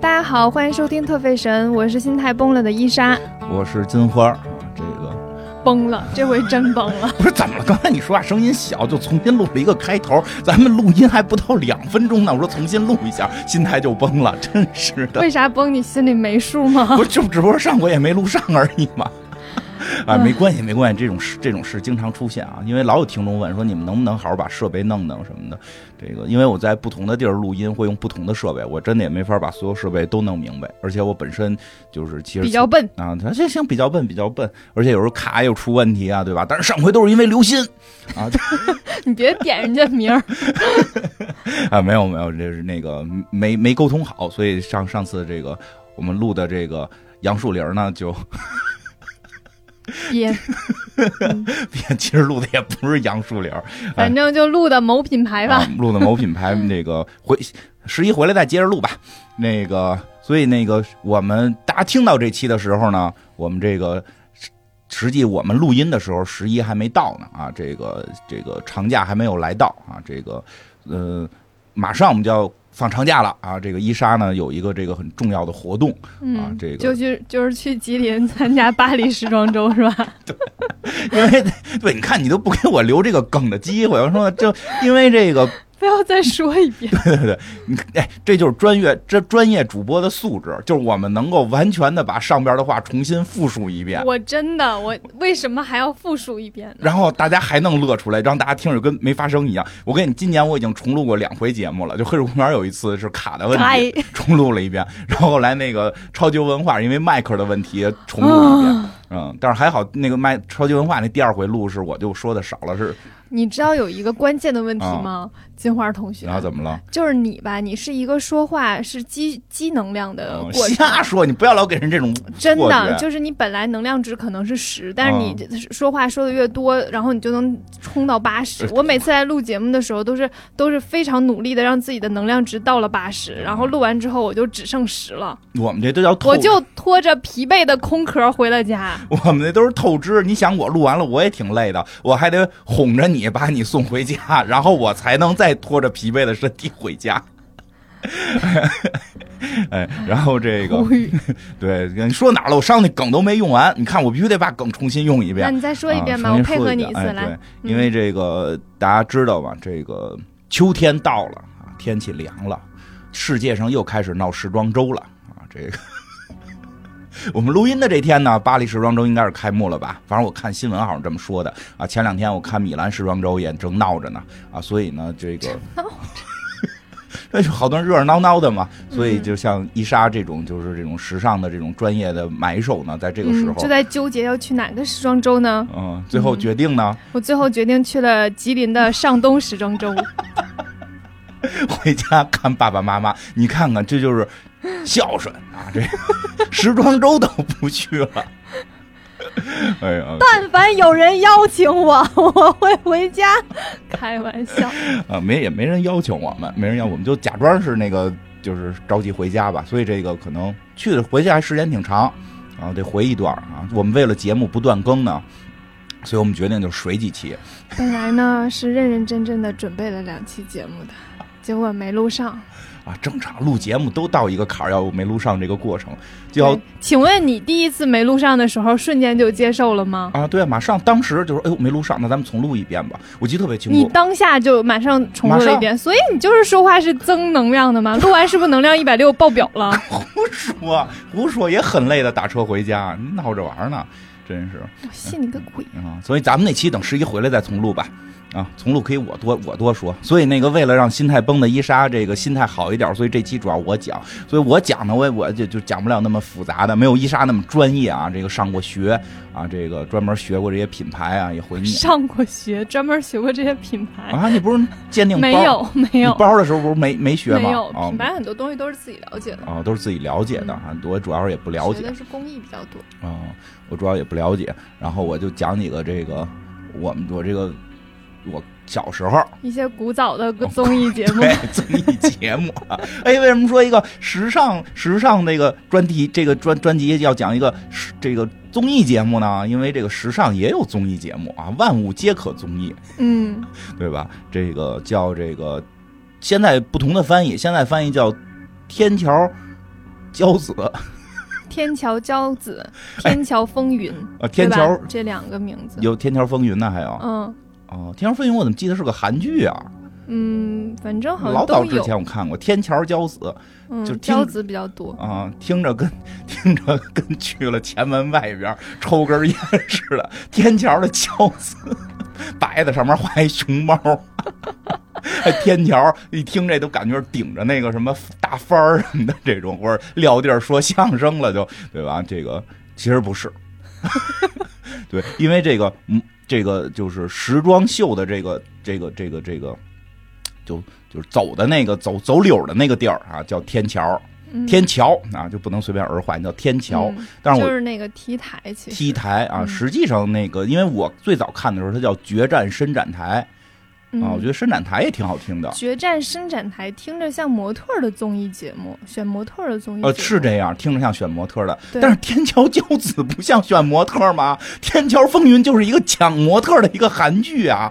家好，欢迎收听特费神，我是心态崩了的伊莎，我是金花儿啊，这个。崩了，这回真崩了 不是怎么了？刚才你说话声音小，就重新录了一个开头，咱们录音还不到两分钟呢，我说重新录一下，心态就崩了，真是的。为啥崩？你心里没数吗？不是，就只不过上回也没录上而已 嘛。啊，没关系，没关系，这种事这种事经常出现啊，因为老有听众问说你们能不能好好把设备弄弄什么的。这个，因为我在不同的地儿录音会用不同的设备，我真的也没法把所有设备都弄明白，而且我本身就是其实比较笨，啊，他这行比较笨，比较笨，而且有时候卡又出问题啊，对吧？但是上回都是因为刘鑫啊，你别点人家名 儿。啊，没有没有，这是那个没没沟通好，所以上上次这个我们录的这个杨树林呢，就 哎也其实录的也不是杨树林儿，反正就录的某品牌吧啊。，录的某品牌那个回十一回来再接着录吧。那个，所以那个我们大家听到这期的时候呢，我们这个实实际我们录音的时候十一还没到呢啊，这个这个长假还没有来到啊，这个呃，马上我们就要放长假了啊，这个伊莎呢有一个这个很重要的活动，啊嗯，这个就去就是去吉林参加巴黎时装周是 吧？因为 对，你看你都不给我留这个梗的机会，我说就因为这个不要再说一 遍。哎，这就是专业这专业主播的素质，就是我们能够完全的把上边的话重新复述一遍，我真的，我为什么还要复述一遍呢？然后大家还能乐出来，让大家听着跟没发生一样。我跟你，今年我已经重录过两回节目了，就《黑水公园》有一次是卡的问题，重录了一遍，然后后来那个超级文化因为麦克的问题重录了一遍，嗯，但是还好那个麦超级文化那第二回录是我就说的少了，是你知道有一个关键的问题吗，啊金花同学然？后怎么了？就是你吧，你是一个说话是积积能量的嗯呃过程，瞎说，你不要老给人这种真错的觉嗯就是你本来能量值可能是十，但是你这说话说的越多，然后你就能冲到八十呃。我每次来录节目的时候，都是都是非常努力的让自己的能量值到了八十，嗯然后录完之后我就只剩十了，我们这都叫透我就拖着疲惫的空壳回了家。 我们那都是透支。你想，我录完了，我也挺累的，我还得哄着你把你送回家，然后我才能再拖着疲惫的身体回家。 哎，然后这个无语。 对，你说哪儿了？我上那梗都没用完，你看我必须得把梗重新用一遍那。你再说一遍吧，啊、我重新配说合你一一遍次、哎、来。嗯对，因为这个大家知道吧，这个秋天到了啊，天气凉了，世界上又开始闹时装周了啊，这个。 我们录音的这天呢，巴黎时装周应该是开幕了吧？反正我看新闻好像这么说的啊。前两天我看米兰时装周也正闹着呢啊，所以呢，这个闹着， 那就好多人热热闹闹的嘛。所以嗯就像伊莎这种，就是这种时尚的这种专业的买手呢，在这个时嗯，候就，在纠结要去哪个时装周呢？嗯，最后决定呢，我最后决定去了吉林的上东时装周。回家看爸爸妈妈，你看看这就是孝顺啊！这 时装周都不去了， 哎呀， 但凡有人邀请我，我会回家。 开玩笑，啊，没也没人邀请我们，没人邀，我们就假装是那个就是着急回家吧，所以这个可能去的回家还时间挺长，啊，得回一段啊。我们为了节目不断更呢，所以我们决定就水几期，本来呢是认认真真的准备了两期节目的，结果没录上。啊，正常录节目都到一个坎儿，要没录上这个过程，就要对哎请问你第一次没录上的时候，瞬间就接受了吗？啊，对啊，马上当时就说，哎呦没录上，那咱们重录一遍吧，我记得特别清楚。你当下就马上重录了一遍，所以你就是说话是增能量的嘛？录完是不是能量一百六爆表 了？胡说胡说也很累的，打车回家，闹着玩儿呢，真是我信你个鬼！啊！所以咱们那期等十一回来再重录吧，啊，重录可以我多我多说。所以那个为了让心态崩的伊莎这个心态好一点，所以这期主要我讲，所以我讲呢，我也我就就讲不了那么复杂的，没有伊莎那么专业啊，这个上过学啊，这个专门学过这些品牌啊，也会念上过学，专门学过这些品牌，啊。你不是鉴定包没？有没你有包的时候不是没没学吗？没有，啊品牌很多东西都是自己了解的，啊，都是自己了解的啊，我主要是也不了学解的。是工艺比较多。啊、我主要也不了解，然后我就讲几个这个我们我这个我小时候一些古早的综艺 节目哦对综艺节目啊， 哎，为什么说一个时尚时尚那个专题这个专专辑要讲一个时这个综艺节目呢？因为这个时尚也有综艺节目啊，万物皆可综艺，嗯，对吧？这个叫这个现在不同的翻译，现在翻译叫天桥骄子，天桥骄子、哎天桥风云，呃，对天吧桥这两个名字。有天桥风云呢，还有哦、嗯天桥风云我怎么记得是个韩剧啊？嗯，反正好像老早都之有。前我看过天桥骄子嗯，就听骄子比较多。啊、听着跟听着跟去了前门外边抽根烟似的。天桥的骄子，白的上面画一熊猫。 哎，天桥一听这都感觉顶着那个什么大幡儿什么的这种，或者撂地儿说相声了就，对吧？这个其实不是， 对，因为这个嗯，这个就是时装秀的这个这个这个这个，就就是走的那个走走柳儿的那个地儿啊，叫天桥。嗯天桥啊，就不能随便儿化，你叫天桥。嗯但是就我是那个 T 台，其实 T 台啊，嗯实际上那个，因为我最早看的时候，它叫决战伸展台嗯啊，我觉得伸啊展台也挺好听的。决战伸展台听着像模特儿的综艺节目，选模特儿的综艺节目。呃，是这样，听着像选模特的，对但是天桥骄子不像选模特吗？天桥风云就是一个抢模特的一个韩剧啊，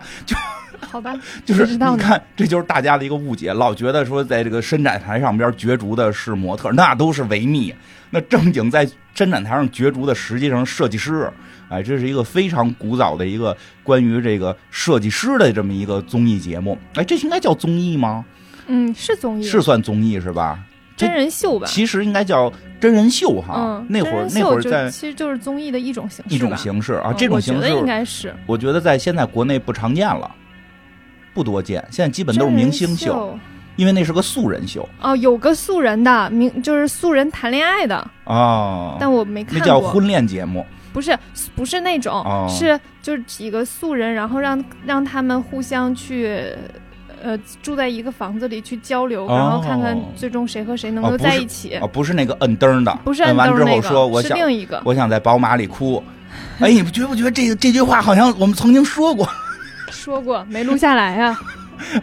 好吧？ 就是不知道你呢看，这就是大家的一个误解，老觉得说在这个伸展台上边角逐的是模特，那都是维密，那正经在伸展台上角逐的实际上是设计师。哎，这是一个非常古早的一个关于这个设计师的这么一个综艺节目。哎，这应该叫综艺吗？嗯，是综艺，是算综艺是吧？这真人秀吧？其实应该叫真人秀哈。嗯，那会儿真人秀那会儿就在其实就是综艺的一种形式吧，一种形式啊，嗯这种形我式觉得应该是我觉得在现在国内不常见了，不多见。现在基本都是明星真人秀因为那是个素人秀哦，有个素人的明就是素人谈恋爱的，啊，但我没那看叫过，婚恋节目不是不是那种，哦是就是几个素人，然后让让他们互相去。呃，住在一个房子里去交流，哦然后看看最终谁和谁能够哦不是在一起，啊，不是那个摁灯的，不是摁按完灯之那后个，说我是想另一个。我想在宝马里 哭。哎，你不觉不觉得这个这句话好像我们曾经说过？ 说过没录下来啊？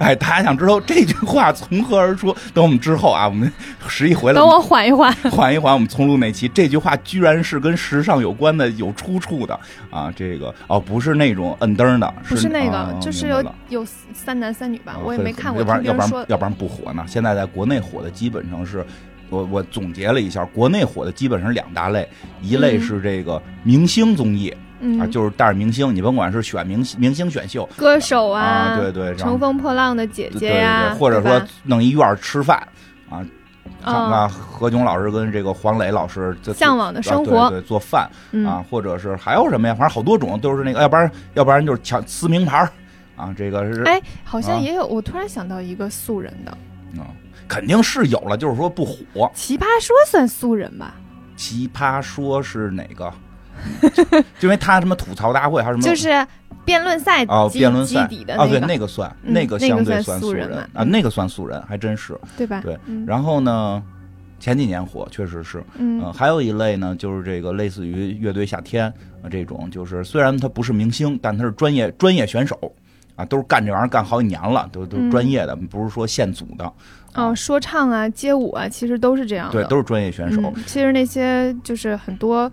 哎，大家想知道这句话从何而出？等我们之后啊，我们十一回来等我缓一缓。缓一缓，我们重录那期，这句话居然是跟时尚有关的，有出处的啊！这个哦，不是那种摁灯的，不是那啊个，就是明白有了有三男三女吧啊，我也会没看过，要不然听要别人不然说要不然不火呢。现在在国内火的基本上是，我我总结了一下，国内火的基本上是两大类，一类嗯是这个明星综艺、啊，嗯，就是带着明星，你甭管是选明星明星选秀歌手啊，对对，然后乘风破浪的姐对对姐对呀，，或者对吧说弄一院儿吃饭啊，看啊，看何炅老师跟这个黄磊老师这向往的生啊活，对对做饭。嗯，啊，或者是还有什么呀？反正好多种，都是那个，要不然要不然就是抢撕名牌儿啊，这个是、哎，好啊像也有，我突然想到一个素人的，嗯，肯定是有了，就是说不火。奇葩说算素人吧？奇葩说是哪个？ 就因为他什么吐槽大会还是什么？就是辩论赛哦，基辩论基赛底的啊，对，个，个算，嗯那个那个相算对算素素人嘛啊，嗯那个算素人，还真是。对吧？对嗯然后呢，前几年火，确实是。嗯，嗯还有一类呢，就是这个类似于乐队夏天啊这种，就是虽然他不是明星，但他是专业专业选手啊，都是干这玩意儿干好几年了，都都是嗯专业的，不是说现组的，哦，说唱啊，街舞啊，其实都是这样嗯对，的，都是专业选手。嗯。其实那些就是很多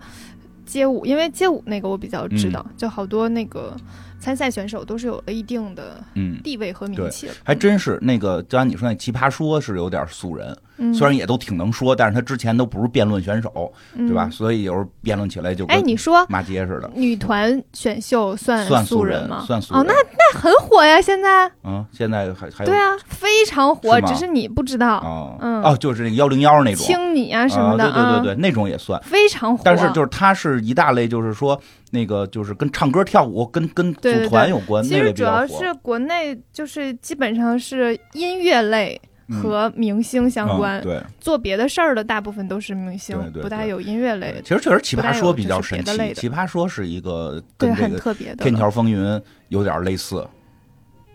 街舞，因为街舞那个我比较知道，嗯就好多那个参赛选手都是有了一定的嗯，地位和名气了。还真是那个，就按你说那奇葩说是有点素人，嗯，虽然也都挺能说，但是他之前都不是辩论选手，嗯对吧？？所以有时候辩论起来就哎，跟你说骂街似的。女团选秀算算素人人吗？算素哦，人那那很火呀，现在嗯，现在还还有对啊，非常火，是吗只是你不知道，哦嗯哦，就是那个幺零幺那种青你啊什么的啊，对对对对，对，那种也算。非常火。啊但是就是它是一大类，就是说那个就是跟唱歌跳舞跟跟对对组团有关，其实主要那类比较火。是国内就是基本上是音乐类嗯和明星相关嗯，对，做别的事儿的大部分都是明星，对对不太对有音乐类的，其实确实奇不太葩有说比较就是别神的奇类，的奇葩说是一个对，跟这很个特别的天了桥风云有点类似，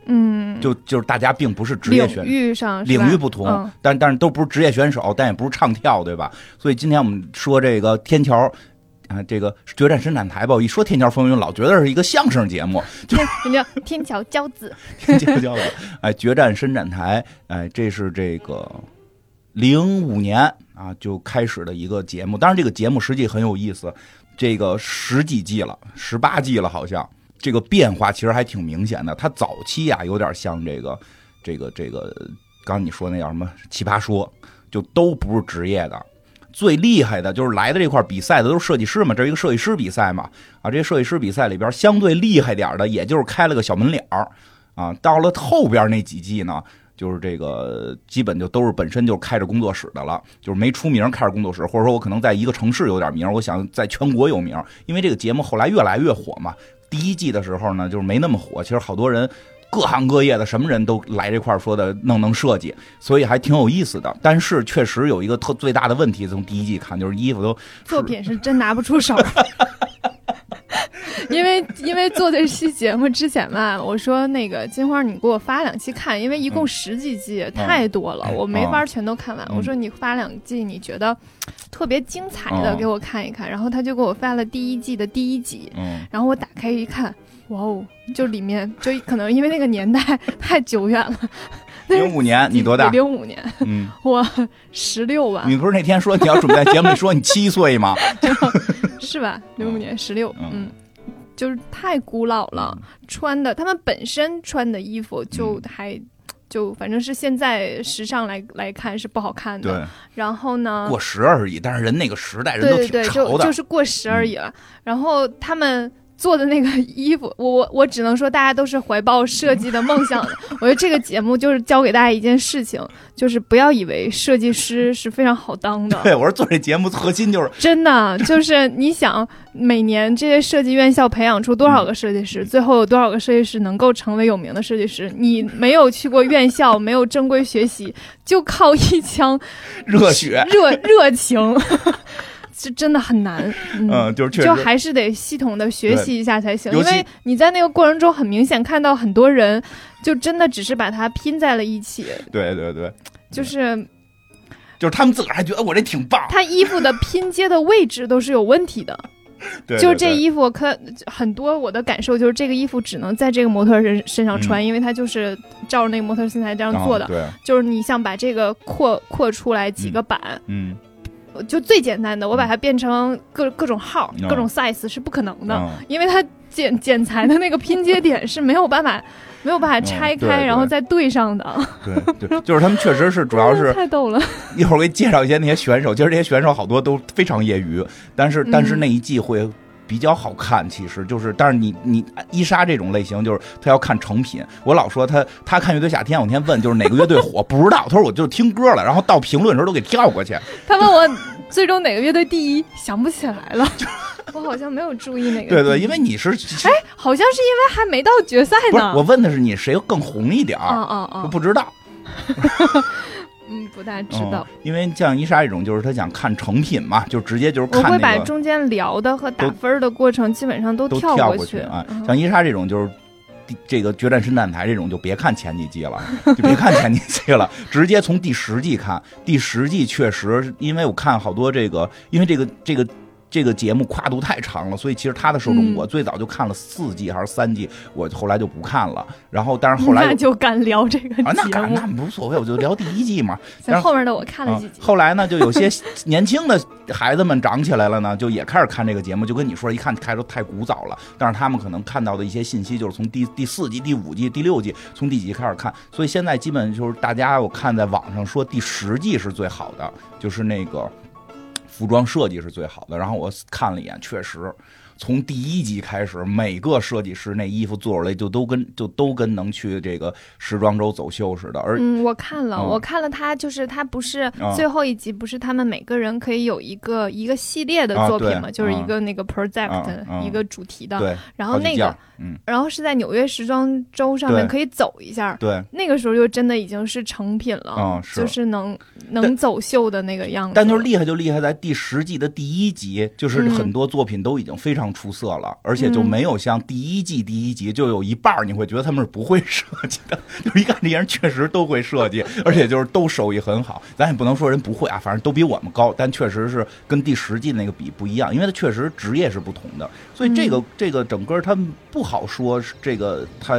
嗯，就就是大家并不是职业领选域上是吧领域不同，嗯但但是都不是职业选手，但也不是唱跳，对吧？所以今天我们说这个天桥。啊，这个决战伸展台吧，我一说《天桥风云》，老觉得是一个相声节目，天人家天桥骄子， 天桥交流，哎，决战伸展台，哎，这是这个零五年啊就开始的一个节目。当然，这个节目实际很有意思，这个十几季了，十八季了，好像这个变化其实还挺明显的。它早期啊，有点像这个这个这个，刚刚你说那叫什么《奇葩说》，就都不是职业的。最厉害的就是来的这块比赛的都是设计师嘛，这是一个设计师比赛嘛，啊，这些设计师比赛里边相对厉害点儿的，也就是开了个小门脸儿，啊，到了后边那几季呢，就是这个基本就都是本身就开着工作室的了，就是没出名开着工作室，或者说我可能在一个城市有点名，我想在全国有名，因为这个节目后来越来越火嘛。第一季的时候呢，就是没那么火，其实好多人。各行各业的什么人都来这块儿说的弄弄设计，所以还挺有意思的。但是确实有一个特最大的问题，从第一季看就是衣服都作品是真拿不出 手。因为因为做这期节目之前嘛，我说那个金花，你给我发两期看，因为一共十几季，太多了，我没法全都看完。嗯我说你发两季，你觉得特别精彩的哦给我看一看。然后他就给我发了第一季的第一集， 嗯然后我打开一看，哇哦，就里面就可能因为那个年代 太久远了，那是零五年你多大？零五年，嗯，我十六吧，你不是那天说你要准备在节目里说你七岁吗？是吧？零五年十六，嗯嗯，就是太古老了。穿的，他们本身穿的衣服就嗯还、就反正是现在时尚来来看是不好看的。对，然后呢，过时而已。但是人那个时代人对都啊对挺对，潮就就的，嗯是过时而已了。然后他们。做的那个衣服， 我我我只能说，大家都是怀抱设计的梦 想的。我觉得这个节目就是教给大家一件事情，就是不要以为设计师是非常好当的，对我说做这节目核心就是真的就是你想，每年这些设计院校培养出多少个设计嗯师，最后有多少个设计师能够成为有名的设计师？你没有去过院校，没有正规学习，就靠一腔热血。 热热情， 是真的很难。嗯嗯，就是确就实，还是得系统的学习一下才行，因尤其为你在那个过程中很明显看到很多人，就真的只是把它拼在了一起，对对对，就是就是他们自个儿还觉得哎我这挺棒。它衣服的拼接的位置都是有问题的。对，就对这对衣服可很多，我的感受就是这个衣服只能在这个模特儿身身上穿，嗯因为它就是照着那个模特儿身材这样嗯做的。对，就是你想把这个扩扩出来几个版，嗯，就最简单的，我把它变成各各种号、嗯各种 size 是不可能的，嗯 因为它剪剪裁的那个拼接点是没有办法。没有办法嗯拆对开，然后对再对上的，对对，就是他们确实是 主要 是太逗了。一会儿给你介绍一些那些选手，其实这些选手好多都非常业余，但是嗯但是那一季会比较好看，其实就是，但是你你伊莎这种类型就是他要看成品，我老说他他看乐队夏天，我那天问就是哪个乐队火不知道，他说我就听歌了，然后到评论的时候都给跳过去，他问我最终哪个乐队第一，想不起来了， 我好像没有注意哪个第一。嗯对对，因为你是哎好像是因为还没到决赛不是呢。我问的是你谁更红一点啊儿，啊我啊！不知道，嗯，不大知嗯道。因为像伊莎这种就是他想看成品嘛，就直接就是我看会那把个。中间聊的和打分的过程基本上都都跳跳过去啊。嗯像伊莎这种就是。第这个决战深站台这种就别看前几季 了，就别看前几季了， 直接从第十季看。第十季确实，因为我看好多这个，因为这个这个这个节目跨度太长了，所以其实他的受众嗯我最早就看了四季还是三季，我后来就不看了。然后，但是后来那就敢聊这个 啊，那节敢目那，无所谓，我就聊第一季嘛。在后面的我看了啊几，集。后来呢，就有些年轻的孩子们长起来了呢，就也开始看这个节目，就跟你说，一看开头太古早了，但是他们可能看到的一些信息就是从第第四季、第五季、第六季，从第几季开始看，所以现在基本就是大家我看在网上说第十季是最好的，就是那个服装设计是最好的。然后我看了一眼，确实。从第一集开始，每个设计师那衣服做出来就都跟就都跟能去这个时装周走秀似的，而嗯，我看了，嗯我看了他，就是他不是嗯最后一集，不是他们每个人可以有一个一个系列的啊作品对嘛，就是一嗯个那个 project 嗯嗯一个主题的，对，然好后几那件儿个，嗯，然后是在纽约时装周上面对可以走一下，对，那个时候就真的已经是成品了，嗯是就是能能走秀的那个样子。但就是厉害就厉害在第十季的第一集，就是嗯很多作品都已经非常出色了，而且就没有像第一季第一集就有一半儿你会觉得他们是不会设计的， 就是一看这些人确实都会设计，而且就是都手艺很好。咱也不能说人不会啊，反正都比我们高，但确实是跟第十季那个比不一样，因为他确实职业是嗯不同的，所以这个、这个整个他们不好说是这个他。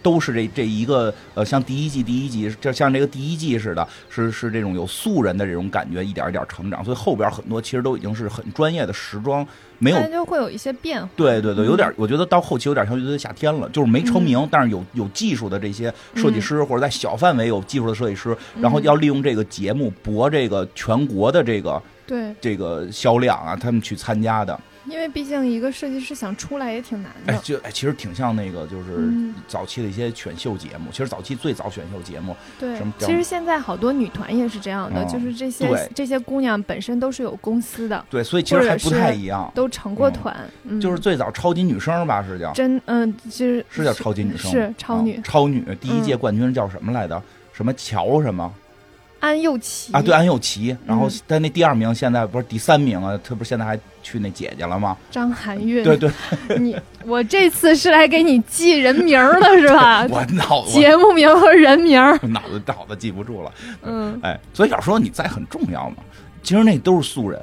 都是这这一个呃，像第一季第一季，就像这个第一季似的，是是这种有素人的这种感觉，一点一点成长，所以后边很多其实都已经是很专业的时装，没有但就会有一些变化。对对对，有嗯点，我觉得到后期有点像乐队夏天了，就是没成名，但是有有技术的这些设计师，或者在小范围有技术的设计师，然后嗯要利用这个节目博这个全国的这个对，这个销量啊，他们去参加的，因为毕竟一个设计师想出来也挺难哎的，。就哎，其实挺像那个就是嗯早期的一些选秀节目，其实早期最早选秀节目，对什么，其实现在好多女团也是这样的，哦就是这些对这些姑娘本身都是有公司的，对，所以其实还不太一样，都成过团，嗯，哦就是最早超级女声吧，是叫真嗯，就是是叫超级女声吗是超女嗯啊超女第一届冠军叫什么来着？什么乔什么？安又琪啊，对，安又琪，然后嗯但那第二名现在不是第三名啊，她不是现在还去那姐姐了吗？张含韵，对对，你我这次是来给你记人名儿的是吧？我脑节目名和人名儿，我脑子脑子记不住了，嗯，哎，所以小时候你在很重要嘛，其实那都是素人。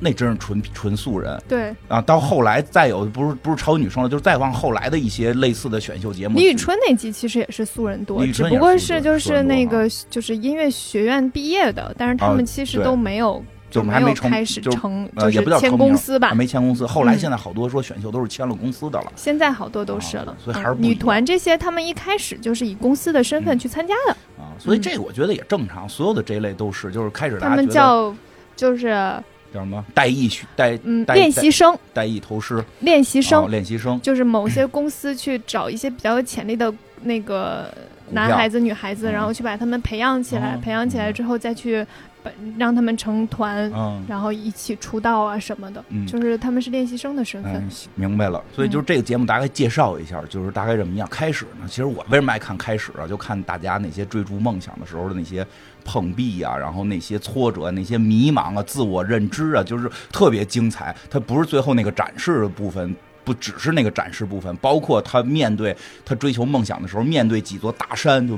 那真是纯纯素人对，啊！到后来再有不是不是超女生了，就是再往后来的一些类似的选秀节目，李宇春那集其实也是素人多，李宇只春不过也是素是人就是那素个就是音乐学院毕业的，但是他啊们其实对都没有就没还有没成开始就成呃也是不叫签成公名司吧。没签公司。后来嗯现在好多说选秀都是签了公司的了，现在好多都是了啊，所以嗯还是不一样嗯女团这些，他们一开始就是以公司的身份去参加的，啊，所以嗯这个我觉得也正常，所有的这一类都是，就是开始大他家们觉得叫就是叫什么代艺学代嗯代练习生，代艺投师练习啊生练习生， 就是某些公司去找一些比较有潜力的那个男孩子、女孩子，嗯然后去把他们培养起来，哦培养起来之后再去把让他们成团，嗯然后一起出道啊什么的，嗯就是他们是练习生的身份。嗯，明白了。所以就是这个节目大概介绍一下，就是大概这么样。开始呢，其实我为什么爱看开始啊？就看大家那些追逐梦想的时候的那些碰壁啊，然后那些挫折、那些迷茫啊、自我认知啊，就是特别精彩。它不是最后那个展示的部分。不只是那个展示部分，包括他面对他追求梦想的时候，面对几座大山，就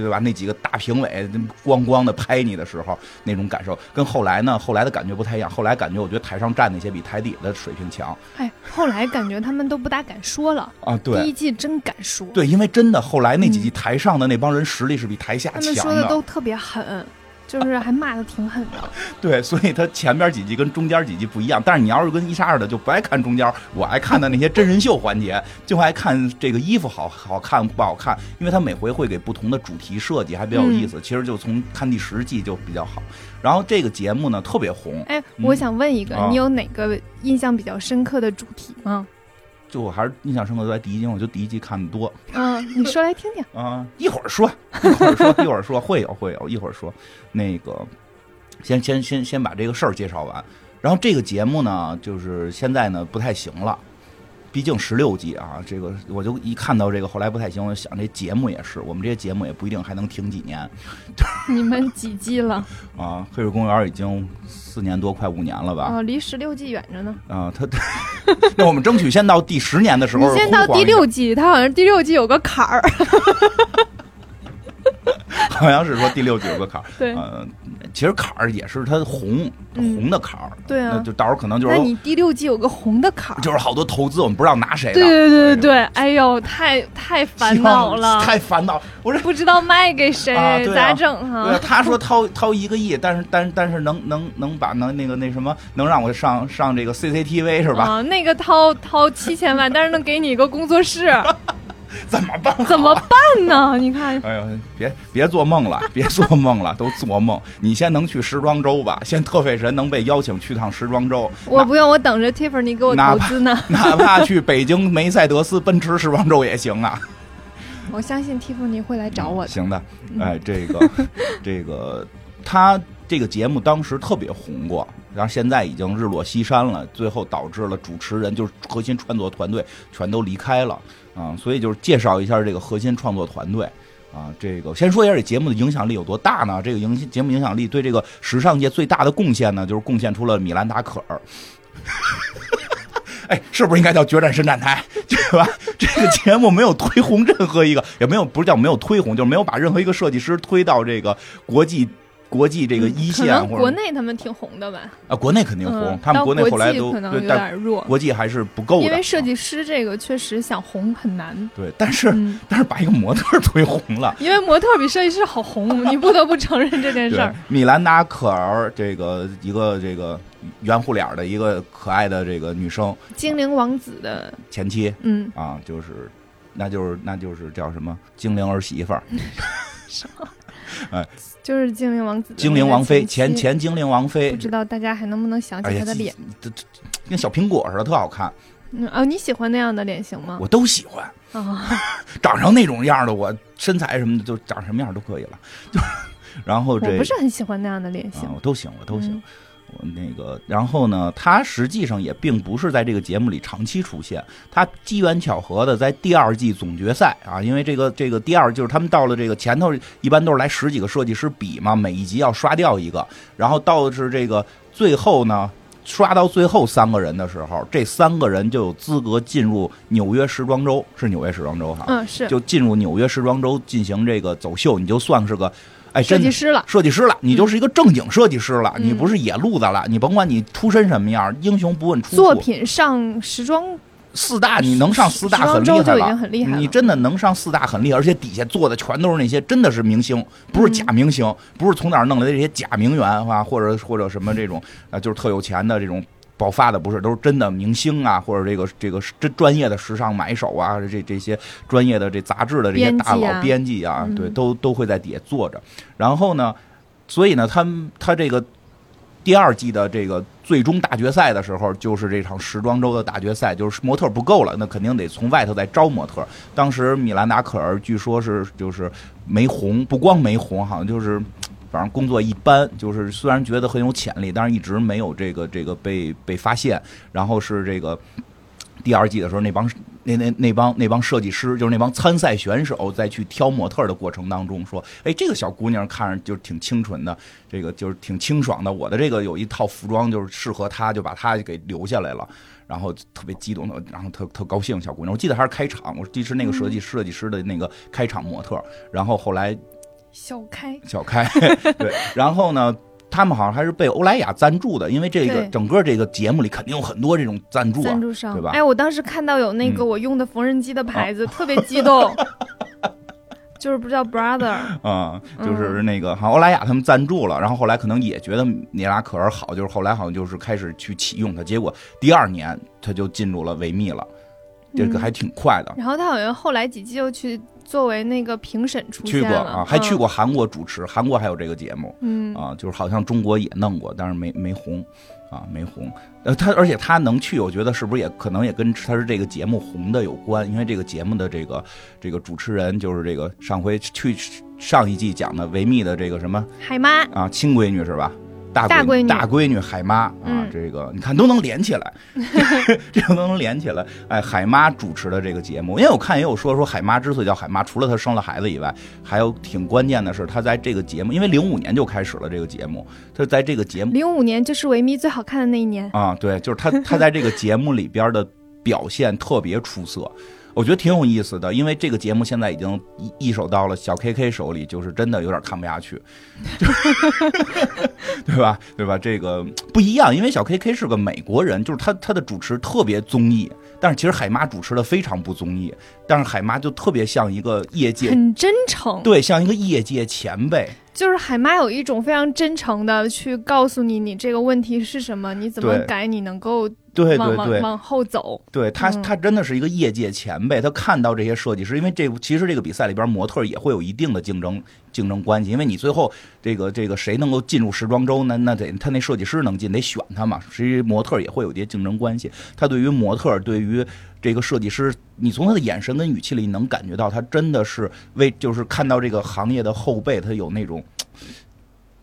对吧？那几个大评委咣咣的拍你的时候，那种感受跟后来呢，后来的感觉不太一样。后来感觉我觉得台上站那些比台底的水平强。哎，后来感觉他们都不大敢说了，啊，第一对季真敢说，对，因为真的后来那几季台上的那帮人实力是比台下他们说强的都特别狠，就是还骂的挺狠 的。对，所以他前边几季跟中间几季不一样。但是你要是跟一沙二的就不爱看中间，我爱看的那些真人秀环节，就爱看这个衣服好好看不好看，因为他每回会给不同的主题设计，还比较有意嗯思。其实就从看第十季就比较好。然后这个节目呢特别红，哎，嗯我想问一个，啊你有哪个印象比较深刻的主题吗？就我还是印象深刻都在第一季，我就第一季看的多。嗯，你说来听听。啊，一会儿说，一会儿说，一会儿说，会有会有，一会儿说。那个，先先先先把这个事儿介绍完。然后这个节目呢，就是现在呢不太行了，毕竟十六集啊，这个我就一看到这个后来不太行，我就想这节目也是，我们这些节目也不一定还能挺几年 你们几季了？啊。黑水公园已经四年多，快五年了吧？哦，离十六季远着呢。啊，他， 那我们争取先到第十年的时你候，先到第六，季，它好像第六季有个坎 儿。好像是说第六集有个坎儿。对，呃，其实坎儿也是它红嗯红的坎儿，对啊那就到时候可能就是那说你第六季有个红的坎儿。就是好多投资我们不知道拿谁的，对对对对对，哎呦，太太烦恼了，嗯太烦恼。我这不知道卖给谁，啊对啊咋整对啊哈？他说掏掏一个亿，但是但但是能能能把能那个那什么能让我上上这个 CCTV 是吧？啊，那个掏掏七千万，但是能给你一个工作 室，嗯怎么办？ 怎么办呢？你看，哎呦，别别做梦了，别做梦了，都做梦。你先能去时装周吧，先特费神能被邀请去趟时装周，我不用，我等着 Tiffany 给我哪投怕资呢。哪怕去北京梅赛德斯奔驰时装周也行啊。 我相信 Tiffany 会来找我的。嗯嗯行的，哎，这 个这个他这个节目当时特别红过，然后现在已经日落西山了，最后导致了主持人就是核心创作团队全都离开了啊、所以就是介绍一下这个核心创作团队。啊，这个先说一下这节目的影响力有多大呢？这个影节目影响力对这个时尚界最大的贡献呢，就是贡献出了米兰达可儿。 哎，是不是应该叫决战伸展台，对吧？这个节目没有推红任何一个，也没有不是叫没有推红，就是没有把任何一个设计师推到这个国际国际这个嗯一可线能或国者内他们挺红的吧，啊，国内肯定红嗯，，他们到国内后来际都可能对，有但点弱，国际还是不够的，因为设啊计师这个确实想红很难。对，但是嗯，但是把一个模特儿推红了。因为模特比设计师好 红，你不得不承认这件事对儿。，米兰达·可儿这个一个这个圆乎脸儿的一个可爱的这个女生精灵王子的，前妻嗯，啊，就是那就是那就是叫什么精灵儿媳妇儿，就是精灵王子的那个精灵王妃，前妻前精灵王妃不，知道大家还能不能想哎起呀他的脸？这这这跟小苹果似的，特好看，嗯哦，你喜欢那样的脸型吗？我都喜欢。啊，长成那种样儿的我，身材什么的就长什么样儿都可以了。就是，然后我这不是很喜欢那样的脸型啊，。我都行，我都行。嗯我那个，然后呢，他实际上也并不是在这个节目里长期出现，他机缘巧合的在第二季总决赛啊，因为这个这个第二就是他们到了这个前头，一般都是来十几个设计师比嘛，每一集要刷掉一个，然后到是这个最后呢。刷到最后三个人的时候，这三个人就有资格进入纽约时装周，是纽约时装周哈，嗯，是就进入纽约时装周进行这个走秀，你就算是个，哎，设真计的师了。设计师了，你就是一个正经设计师了，嗯你不是野路子了，你甭管你出身什么样，英雄不问出作处。品上时装，四大你能上四大时装很周厉害就已了经。很厉害了。你真的能上四大很厉害，而且底下坐的全都是那些真的是明星，不是假明嗯星，不是从哪儿弄来的这些假名媛啊，或者或者什么这种啊，就是特有钱的这种爆发的，不是都是真的明星啊，或者这个这个真专业的时尚买手啊，这这些专业的这杂志的这些大编辑佬啊编辑啊，嗯对，都都会在底下坐着。然后呢，所以呢，他们他这个第二季的这个最终大决赛的时候，就是这场时装周的大决赛，就是模特不够了，那肯定得从外头再招模特。当时米兰达·可儿据说是就是没红，不光没红，好像就是。反正工作一般，就是虽然觉得很有潜力，但是一直没有这个这个被被发现。然后是这个第二季的时候，那帮那那那帮那帮设计师，就是那帮参赛选手，在去挑模特的过程当中，说，哎，这个小姑娘看着就是挺清纯的，这个就是挺清爽的，我的这个有一套服装就是适合她，就把她给留下来了。然后特别激动的，然后特特高兴，小姑娘，我记得还是开场，我记得是那个设计设计师的那个开场模特，然后后来小开，小开， 对，然后呢，他们好像还是被欧莱雅赞助的，因为这个对整个这个节目里肯定有很多这种赞助啊赞，助商对吧哎，我当时看到有那个嗯我用的缝纫机的牌子，特别激动，就是不叫 brother，啊、嗯就是那个好像欧莱雅他们赞助了，然后后来可能也觉得米拉可儿好，就是后来好像就是开始去启用它，结果第二年他就进入了维密了，这个嗯还挺快的。然后他好像后来几季又去作为那个评审出去现过了，啊，还去嗯过韩国主持，韩国还有这个节目，嗯啊，就是好像中国也弄过，但是没没红，啊没红。呃，他而且他能去，我觉得是不是也可能也跟他是这个节目红的有关？因为这个节目的这个这个主持人就是这个上回去上一季讲的维密的这个什么海妈，啊亲闺女是吧？大大闺闺女大闺女海妈啊，嗯这个你看都能连起 来，这个都能连起来。哎，海妈主持的这个节目，因为我看也有说说海妈之所以叫海妈，除了她生了孩子以外，还有挺关键的是她在这个节目，因为零五年就开始了这个节目，她在这个节目零五年就是维密最好看的那一年，啊，对，就是她她在这个节目里边的表现特别出色。我觉得挺有意思的，因为这个节目现在已经一一手到了小 KK 手里，就是真的有点看不下去， 对吧？对吧？这个不一样，因为小 KK 是个美国人，就是他他的主持特别综艺，但是其实海妈主持的非常不综艺，但是海妈就特别像一个业界，很真诚。对，像一个业界前辈，就是海妈有一种非常真诚的去告诉你，你这个问题是什么，你怎么对改，你能够对往对往对。往后走。对他，嗯他真的是一个业界前辈。他看到这些设计师，因为这其实这个比赛里边模特也会有一定的竞争竞争关系，因为你最后这个这个谁能够进入时装周，那那得他那设计师能进，得选他嘛。实际模特也会有一些竞争关系。他对于模特，对于这个设计师，你从他的眼神跟语气里，你能感觉到他真的是为就是看到这个行业的后辈，他有那种。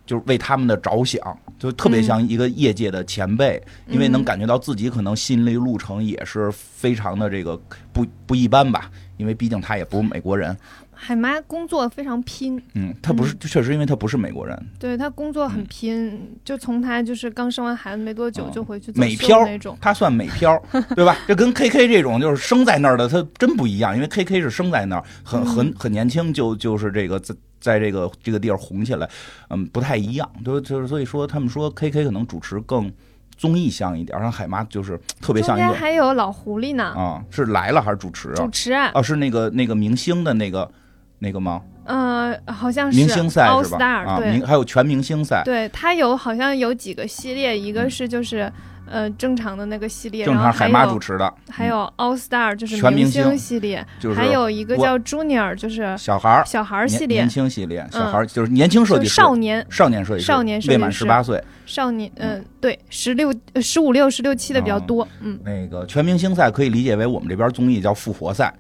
就是为他们的着想，就特别像一个业界的前辈，因为能嗯感觉到自己可能心理路程也是非常的这个不不一般吧，因为毕竟他也不是美国人，海妈工作非常拼，嗯，他不是，确实因为他不是美国人，对她工作很拼，就从她就是刚生完孩子没多久嗯就回去走美秀漂那种，他算美漂，对吧？这跟 KK 这种就是嗯生在那儿的，他真不一样，因为 KK 是生在那儿，很很很年轻就就是这个在在这个这个地儿红起来，嗯，不太一样。就就是所以说，他们说 K K 可能主持更综艺像一点，然后海妈就是特别中像一间个还有老狐狸呢，啊、是来了还是主持啊主？持啊，哦、是那个那个明星的那个那个吗？嗯、好像是明星赛 All 是吧？啊， Star，对、明还有全明星赛，对，它有好像有几个系列，一个是就是呃正常的那个系列，嗯正然常后还海有妈主持的，还有 All Star 就是全明明星系列，就是还有一个我叫 Junior 就是嗯小孩儿小孩儿年系列年，轻系列，嗯小孩儿就是年轻设就计是师。少年少年设计师，少年设计师未满十八岁，少年，嗯、对，十六呃十五六十六七的比较哦多，嗯，那个全明星赛可以理解为我们这边综艺叫复活赛，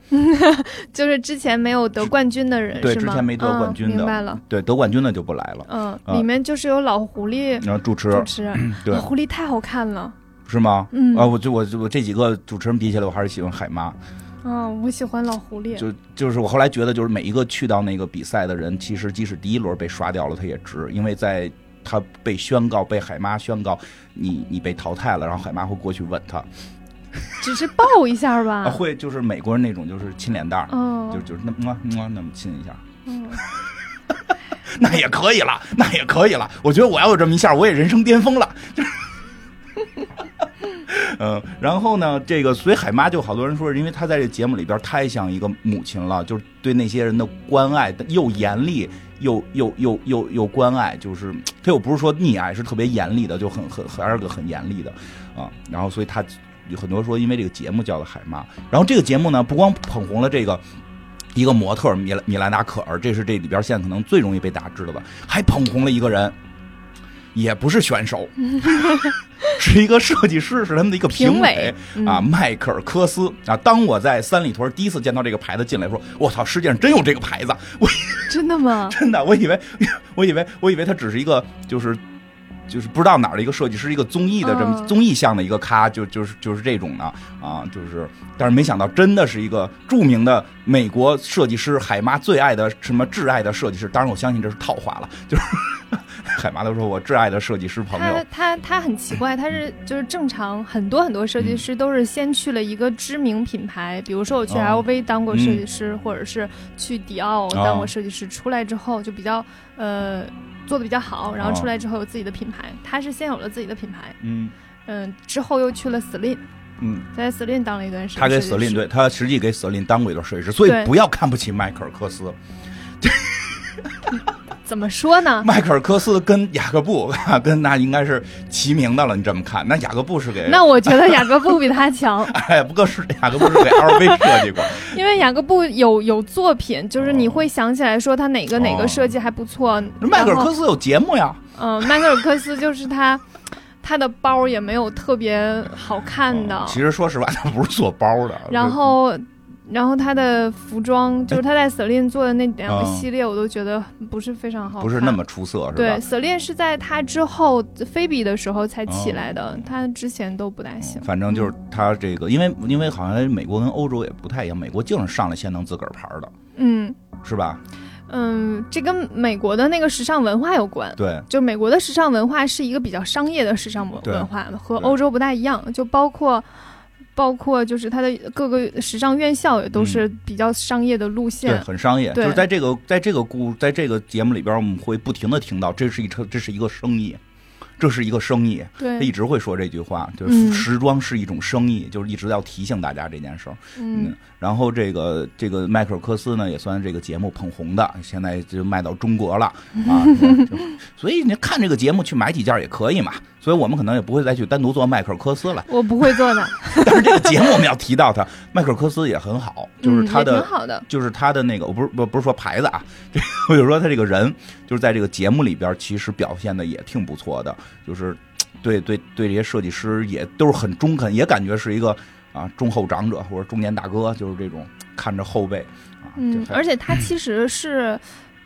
就是之前没有得冠军的人对，是之吗前没得冠军嗯、的，明白了，对，得冠军的就不来了。嗯，啊里面就是有老狐狸然后主持主持，对老狐狸太好看了，是吗？嗯，啊，我就我我这几个主持人比起来，我还是喜欢海妈。啊，我喜欢老狐狸，就就是我后来觉得，就是每一个去到那个比赛的人，其实即使第一轮被刷掉了，他也值，因为在他被宣告被海妈宣告你你被淘汰了，然后海妈会过去吻他，只是抱一下啊、吧，会就是美国人那种就是亲脸蛋儿，嗯，啊就就是那么么那么亲一下，嗯 那也可以了，那也可以了。我觉得我要有这么一下，我也人生巅峰了。就是， 嗯，然后呢，这个所以海妈就好多人说，是因为她在这节目里边太像一个母亲了，就是对那些人的关爱又严厉又又又又又关爱，就是她又不是说溺爱，是特别严厉的，就很很还是个很严厉的啊。然后所以她有很多说，因为这个节目叫的海妈，然后这个节目呢，不光捧红了这个。一个模特米兰米兰达可儿，这是这里边现在可能最容易被大家知道的，还捧红了一个人，也不是 选手，是一个设计师，是他们的一个评委委。啊，嗯迈克尔·科斯啊！当我在三里屯第一次见到这个牌子进来，说：“我操，世界上真有这个牌子！”我真的吗？真的，我以为，我以为，我以为他只是一个，就是，就是不知道哪儿的一个设计师，一个综艺的这么嗯综艺向的一个咖，就就是就是这种呢啊，就是，但是没想到真的是一个著名的美国设计师，海妈最爱的什么挚爱的设计师，当然我相信这是套话了，就是 海妈都说我挚爱的设计师朋友他，他他很奇怪，他是就是正常很多很多设计师都是先去了一个知名品牌，比如说我去哦 LV 当过设计师，或者是去迪奥当过设计师，出来之后就比较呃做的比较好，然后哦出来之后有自己的品牌，他是先有了自己的品牌，嗯嗯，之后又去了 Celine，嗯，在 Celine 当了一段时间，他给瑟琳，对他实际给瑟琳当过一段设计师，所以对不要看不起迈克尔·科斯。怎么说呢？迈克尔·科斯跟雅各布、 啊、跟那应该是齐名的了。你这么看，那雅各布是给那我 觉得雅各布比他强，哎，不过是雅各布是给 LV 设计过，因为雅各布有有作品，就是你哦会想起来说他哪个哪哦个设计还不错。迈克尔·然后科斯有节目呀，嗯， 迈克尔·克斯就是他，他的包也没有特别好看的嗯，其实说实话，他不是做包的。然后。然后他的服装，哎就是他在 Celine 做的那两个系列，我都觉得不是非常好看，哦不是那么出色，是对吧？嗯哦 Celine 是在他之后菲比的时候才起来的，他之前都不太行。反正就是他这个，因为因为好像美国跟欧洲也不太一样，美国净是上来先弄自个儿牌儿的，嗯是吧？嗯，这跟美国的那个时尚文化有关。对，就美国的时尚文化是一个比较商业的时尚文对文化，和对欧洲不太一样，就包括。包括就是它的各个时尚院校也都是比较商业的路线嗯对，，很商业。就对是在这个在这个故在这个节目里边，我们会不停的听到，这是一车，这是一个生意，这是一个生意。对，他一直会说这句话，就嗯是时装是一种生意，就是一直要提醒大家这件事儿。嗯，，然后这个这个迈克尔·科斯呢，也算是这个节目捧红的，现在就卖到中国了啊。对就所以你看这个节目去买几件也可以嘛。所以我们可能也不会再去单独做迈克尔·科斯了，我不会做的，但是这个节目我们要提到他，迈克尔·科斯也很好， 就是嗯他也的挺好的，就是他的那个，我不是不不是说牌子啊， 这我就说他这个人，就是在这个节目里边，其实表现的也挺不错的，就是嘖对对对这些设计师也都是很中肯，也感觉是一个啊忠厚长者或者中年大哥，就是这种看着后辈啊，嗯，而且且他其实是，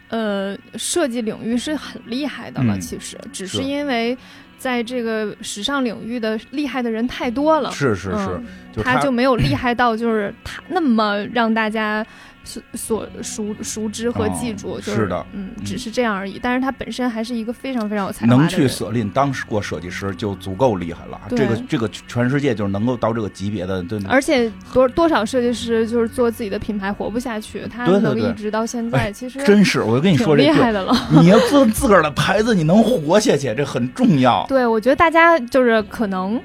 呃，设计领域是很厉害的了，嗯其实只是是因为在这个时尚领域的厉害的人太多了，是是是，嗯就他他 就没有厉害到就是他那么让大家所所熟熟知和记住，哦就是的，嗯，嗯只是这样而已。但是他本身还是一个非常非常有才华的能人，去舍令当过设计师就足够厉害了。对这个这个全世界就是能够到这个级别的，对。而且多多少设计师就是做自己的品牌活不下去，他对对能对哎一直到现在，其实真是，我就跟你挺说这哦厉个，害的了。你要做自个儿的牌子，你能活下去，这很重要。对，我觉得大家就是可能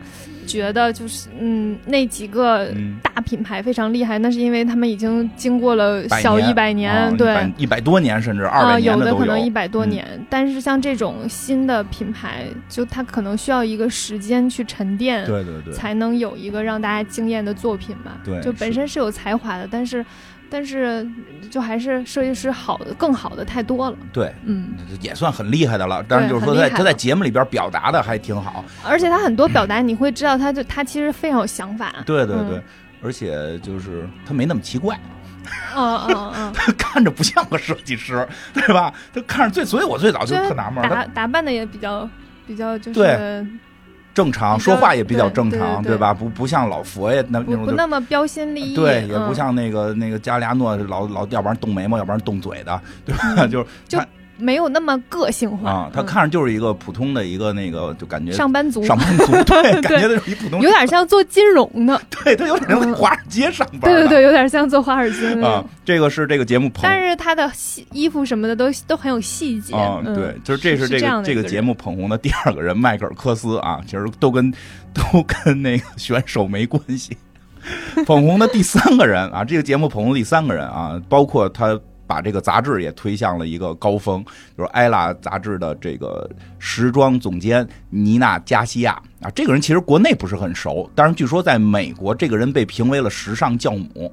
觉得就是嗯，那几个嗯，大品牌非常厉害，那是因为他们已经经过了小一百年，啊对。 100一百多年甚至二啊、百年有的都可能一有。百多嗯年，但是像这种新的品牌，就它可能需要一个时间去沉淀，对对对，才能有一个让大家惊艳的作品吧。对就是本身是有才华的，但是，但是就还是设计师好的更好的太多了。对。嗯，也算很厉害的了，但是就是说很厉在害他了在节目里边表达的还挺好，而且他很多表达，你会知道他就他其实非常有想法。对对嗯对，而且就是他没那么奇怪，嗯嗯嗯， 他看着不像个设计师，对吧？他看着最，所以我最早就就是特纳闷儿，打他打扮的也比较比较就是对正常比较说话也比较正对常，对对吧？不不像老佛爷那那不种不就那么标新立异，对，也不嗯像那个那个加利亚诺老老，要不然动眉毛，要不然动嘴的，对吧？嗯就是没有那么个性化啊，他嗯看着就是一个普通的一个那个，就感觉上班族上班 族，对，感觉就是一普通有，点像做金融的，对他有点像在华尔街上班，对对，对，有点像做华尔街的那啊种，，这个是这个节目捧但是他的细衣服什么的都都很有细节，啊，嗯对，就是这是这这样个的这一个个人节目捧红的第二个人迈克尔·科斯啊，其实都跟都跟那个选手没关系。捧红的第三个人啊，这个节目捧红的第三个人啊，包括他把这个杂志也推向了一个高峰，就是《艾拉》杂志的这个时装总监妮娜·加西亚啊，这个人其实国内不是很熟，但是据说在美国，这个人被评为了时尚教母。啊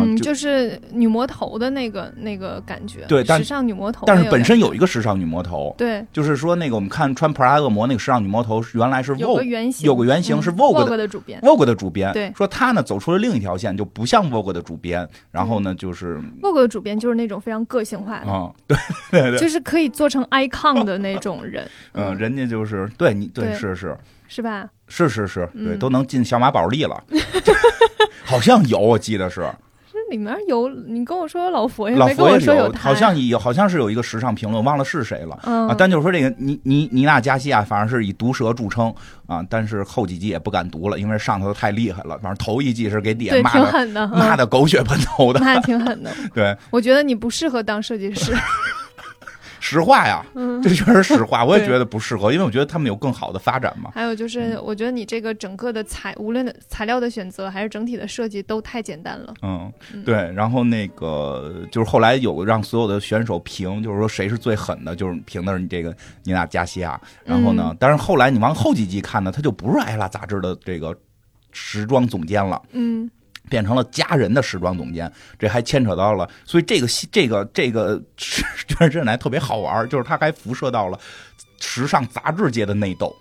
嗯，就就是女魔头的那个那个感觉，对但时尚女魔头那但个感觉，是本身有一个时尚女魔头，对就是说那个我们看穿普拉恶魔那个时尚女魔头，原来是有个 Vogue 原型，有个原型嗯是 Vogue 的的主编 Vogue 的主编，对说她呢走出了另一条线，就不像 Vogue 的主编，然后嗯呢就是，Vogue 的主编就是那种非常个性化的，啊，对对对，就是可以做成 icon 的那种人， 嗯，人家就是对你对对是是是吧？是是是，对嗯都能进小马宝莉 了，好像有我记得是这里面有你跟我说老佛爷，老哎没跟佛我爷说他，好像有好像是有一个时尚评论，忘了是谁了。嗯啊，但就是说这个尼尼尼娜加西亚，反正是以毒舌著称啊，但是后几季也不敢读了，因为上头太厉害了。反正头一季是给底下对，骂挺的狠的，骂嗯的狗血喷头 的，骂的挺狠的。对，我觉得你不适合当设计 师，实话呀，嗯。 这确实实话，我也对觉得不适合，因为我觉得他们有更好的发展嘛。还有就是，嗯我觉得你这个整个的材，无论材料的选择还是整体的设计都太简单了。嗯嗯，对，然后那个就是后来有让所有的选手评，就是说谁是最狠的，就是评的是你这个尼娜加西亚。然后嗯呢，但是后来你往后几季看呢，他就不是艾拉杂志的这个时装总监了。嗯，变成了家人的时装总监，这还牵扯到了，所以这个戏这个这个全身来特别好玩儿，就是它还辐射到了时尚杂志界的内斗。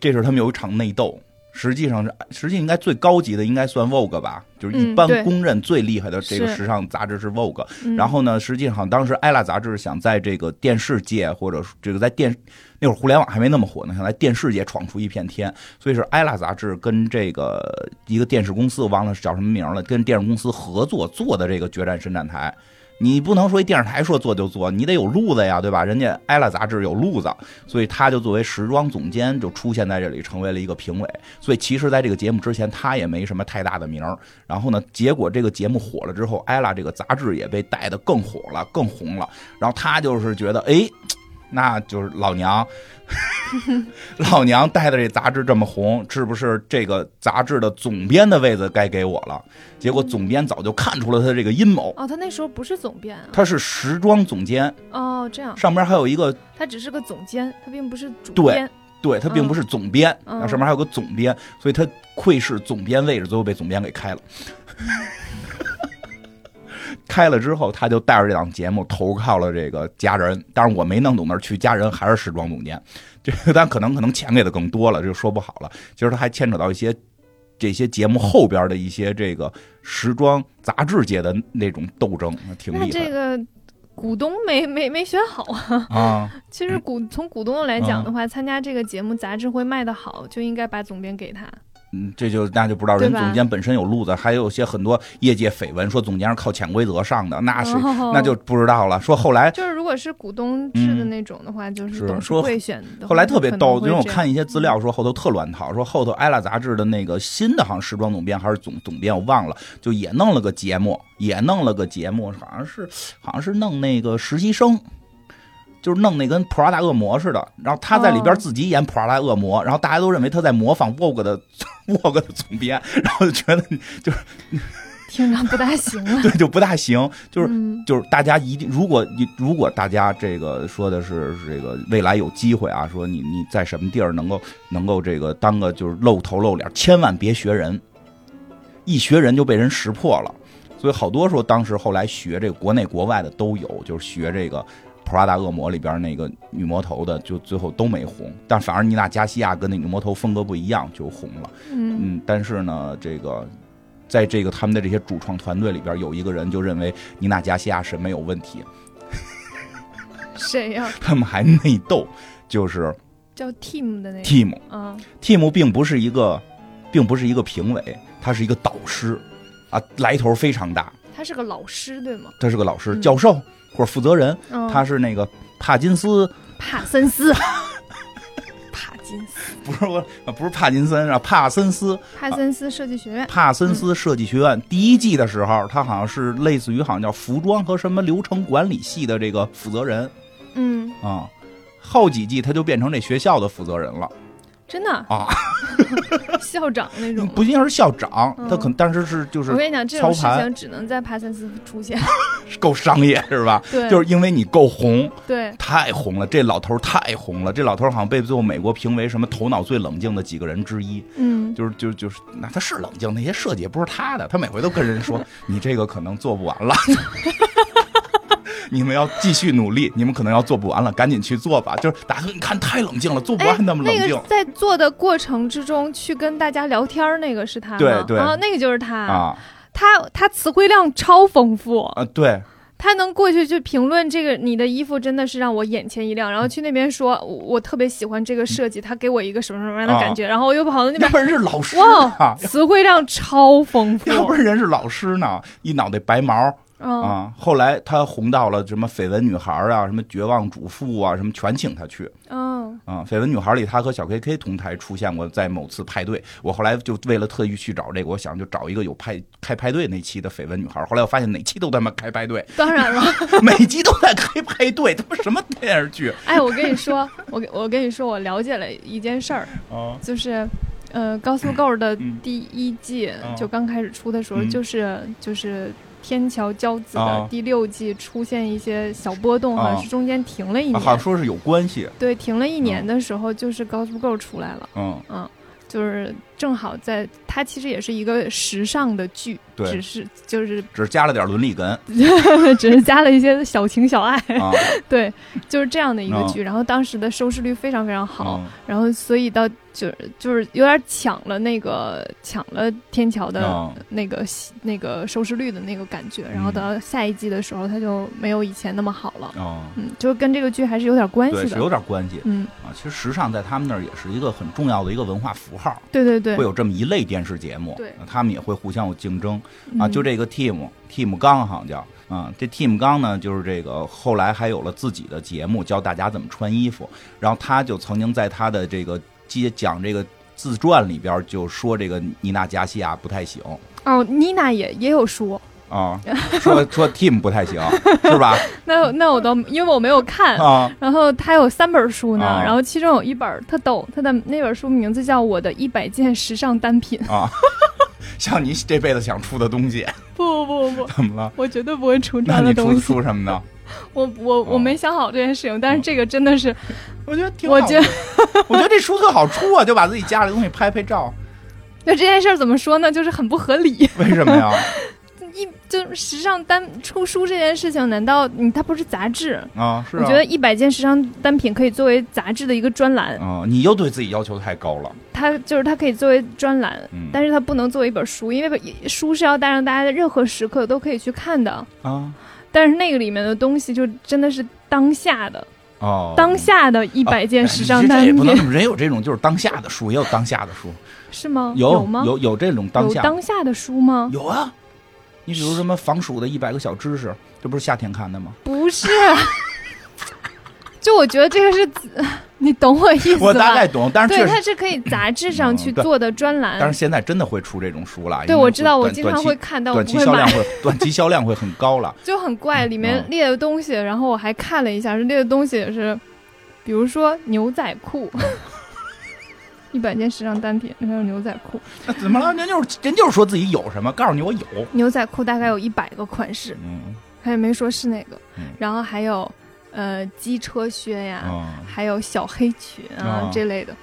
这是他们有一场内斗，实际上是实际应该最高级的应该算 Vogue 吧，就是一嗯般对公认最厉害的这个是时尚杂志是 Vogue，、嗯然后呢，实际上当时艾拉杂志想在这个电视界，或者说这个在电那会儿互联网还没那么火呢，想在电视界闯出一片天，所以是艾拉杂志跟这个一个电视公司，我忘了叫什么名了，跟电视公司合作做的这个《决战伸展台》。你不能说一电视台说做就做，你得有路子呀，对吧？人家艾拉杂志有路子，所以他就作为时装总监就出现在这里，成为了一个评委。所以其实，在这个节目之前，他也没什么太大的名儿。然后呢，结果这个节目火了之后，艾拉这个杂志也被带得更火了，更红了。然后他就是觉得，哎，那就是老娘， 老娘带的这杂志这么红，是不是这个杂志的总编的位子该给我了？结果总编早就看出了他这个阴谋，哦，他那时候不是总编啊，他是时装总监，哦，这样，上面还有一个，他只是个总监，他并不是主对编。对他并不是总编，嗯啊上面还有个总编，所以他窥视总编位置，最后被总编给开了。 开了之后，他就带着这档节目投靠了这个家人。当然，我没弄懂那儿去，家人还是时装总监，这个但可能可能钱给的更多了，这就说不好了。其实他还牵扯到一些这些节目后边的一些这个时装杂志界的那种斗争，挺那厉害这个股东没没没选好啊。啊。其嗯实股从股东来讲的话，参加这个节目杂志会卖得好，就应该把总编给他。嗯，这就那就不知道对人吧总监本身有路子，还有些很多业界绯闻说总监是靠潜规则上的，那谁、哦啊那就不知道了。说后来就是如果是股东制的那种的话，就是是董事说会选的话。后来特别逗，就因为我看一些资嗯料说后头特乱套，说后头《艾拉》杂志的那个新的好像时装总编还是总总编我忘了，就也弄了个节目，也弄了个节目，好像是好像是弄那个实习生。就是弄那跟普拉达恶魔似的，然后他在里边哦自己演普拉达恶魔，然后大家都认为他在模仿 Vogue 的 Vogue 的总编，然后就觉得听着不大行了。对就不大行， 就是嗯，就是大家一定，如果你如果大家这个说的是是这个未来有机会啊，说你你在什么地儿能够能够这个当个就是露头露脸，千万别学人，一学人就被人识破了。所以好多说当时后来学这个国内国外的都有，就是学这个《普拉达恶魔》里边那个女魔头的，就最后都没红，但反而妮娜加西亚跟那女魔头风格不一样就红了。嗯，嗯，但是呢，这个在这个他们的这些主创团队里边，有一个人就认为妮娜加西亚审美有问题，谁呀？他们还内斗，就是叫 team 的那个。 Team 嗯， Team 并不是一个，并不是一个评委，他是一个导师啊，来头非常大，他是个老师对吗？他是个老师、嗯教授或者负责人，嗯，他是那个帕金斯，帕森 斯，帕金斯，不是我不是帕金森啊，帕森斯，帕森斯设计学院。帕森斯设计学院第一季的时候，他好像是类似于好像叫服装和什么流程管理系的这个负责人。嗯，啊、后几季他就变成这学校的负责人了，真的啊， 校长那种。不仅是校长，嗯他可能但是是就我是跟你讲，这种事操情盘只能在帕森斯出 现。够商业是吧？对，就是因为你够红，对，太红了，这老头儿太红了，这老头儿好像被最后美国评为什么头脑最冷静的几个人之一，嗯，就是就是就是，那他是冷静，那些设计也不是他的，他每回都跟人说 你这个可能做不完了。 你们要继续努力，你们可能要做不完了，赶紧去做吧。就是大家说，你看太冷静了，做不哎完，那么冷那静、个在做的过程之中去跟大家聊天儿那个是他吗，对对啊，那个就是他，啊他他词汇量超丰富，啊！对，他能过去去评论这个你的衣服真的是让我眼前一亮，然后去那边说啊我我特别喜欢这个设计，他给我一个什么什么样的感觉，然后我又跑到那要边，不然是老师哇啊，，词汇量超丰富， 要不然人是老师呢，一脑袋白毛嗯，啊。后来他红到了什么绯闻女孩啊，什么绝望主妇啊，什么全请他去嗯，啊。绯闻女孩里，他和小 KK 同台出现过，在某次派对。我后来就为了特意去找这个，我想就找一个有派开派对那期的绯闻女孩。后来我发现哪期都他妈开 派对，当然了，每集都在开派对，他妈什么电 视剧哎，我跟你说，我跟我跟你说，我了解了一件事儿，啊？就是，呃，高速购的嗯第一季哦就刚开始出的时候，嗯就是就是天桥骄子的哦第六季出现一些小波动，哦好像是中间停了一啊好像年，说是有关系，对，停了一年的时候，就是高速购出来了，嗯，嗯。就是正好在，它其实也是一个时尚的剧，对只是 就是只是加了点伦理 哏只是加了一些小情小爱， 啊。对，就是这样的一个哦剧。然后当时的收视率非常非常好，嗯然后所以到就就是有点抢了那个抢了天桥的嗯那个、那个收视率的那个感觉，然后嗯到下一季的时候，它就没有以前那么好了。嗯，嗯，就是跟这个剧还是有点关对，系是的。有点关系。嗯，啊，其实时尚在他们那儿也是一个很重要的一个文化符号，对对对，会有这么一类电视节目，对啊他们也会互相有竞争啊。嗯就这个 team team 刚好像叫啊，这 team 刚呢，就是这个后来还有了自己的节目，教大家怎么穿衣服。然后他就曾经在他的这个接讲这个自传里边就说这个妮娜加西亚不太行。哦，妮娜也也有说， 啊，说说 team 不太行，是吧？那那我倒因为我没有看。啊，然后他有三本书呢，哦然后其中有一本儿特逗，他的那本书名字叫《我的一百件时尚单品》。啊， 像你这辈子想出的东西， 不不不不，怎么了？我绝对不会出这那样的你出东的西。书什么呢？我我我哦没想好这件事情，但是这个真的是，我觉得挺好我的。觉得 我觉得这书特好出啊，就把自己家里东西拍拍照，那这件事儿怎么说呢，就是很不合理。 为什么呀？一就是时尚单出书这件事情，难道你它不是杂志？ 啊，是啊。我觉得一百件时尚单品可以作为杂志的一个专栏，嗯，你又对自己要求太高了。它就是它可以作为专栏，嗯，但是它不能作为一本书，因为书是要带让大家在任何时刻都可以去看的。啊但是那个里面的东西就真的是当下的，啊，哦，啊哎当下的一百件时尚这单也不能品 这么，人有这种就是当下的书，也有当下的 书，是吗？有吗？有有这种当有下当下的书吗？有啊。你比如什么防暑的一百个小知识，这不是夏天 看的吗？不是，就我觉得这个是， 你懂我意思吧？我大概懂，但是对，确实它，是可以杂志上去嗯对做的专栏。但是现在真的会出这种书了。对，因为我知道，我短经常会看到，我短不会期短期销量买，会短期销量会很高 了。就很怪。里面嗯列的东西，然后我还看了一下，是列的东西也是，比如说牛仔裤， 一百件时尚单品，还有牛仔裤。那怎么了？人就是人就是说自己有什么，告诉你我有。牛仔裤大概有一百个款式，嗯他也没说是哪个嗯。然后还有，呃，机车靴呀，啊还有小黑裙啊啊这类的，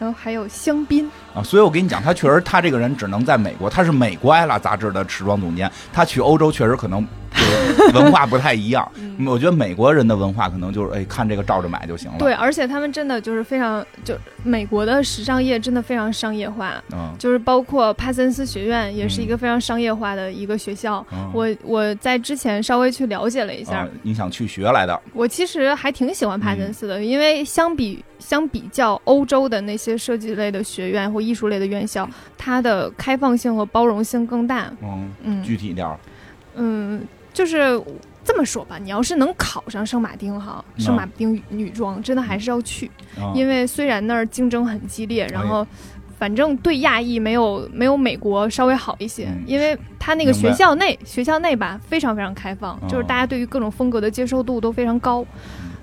然后还有香槟。啊！所以我跟你讲，他确实他这个人只能在美国，他是美国艾拉杂志的时装总监，他去欧洲确实可能就是文化不太一样。 嗯我觉得美国人的文化可能就是哎，看这个照着买就行了。对，，而且他们真的就是非常，就美国的时尚业真的非常商业化，嗯就是包括帕森斯学院也是一嗯个非常商业化的一个学校。嗯，我我在之前稍微去了解了一下，啊，你想去学来的，我其实还挺嗯喜欢帕森斯的，因为相比相比较欧洲的那些设计类的学院或艺术类的院校，它的开放性和包容性更大。嗯，嗯具体一点儿，嗯，就是这么说吧，你要是能考上圣马丁哈，嗯圣马丁女装真的还是要去，嗯因为虽然那儿竞争很激哎烈，然后。反正对亚裔没有没有美国稍微好一些，嗯因为它那个明学白校内学校内吧非常非常开放，哦就是大家对于各种风格的接受度都非常高。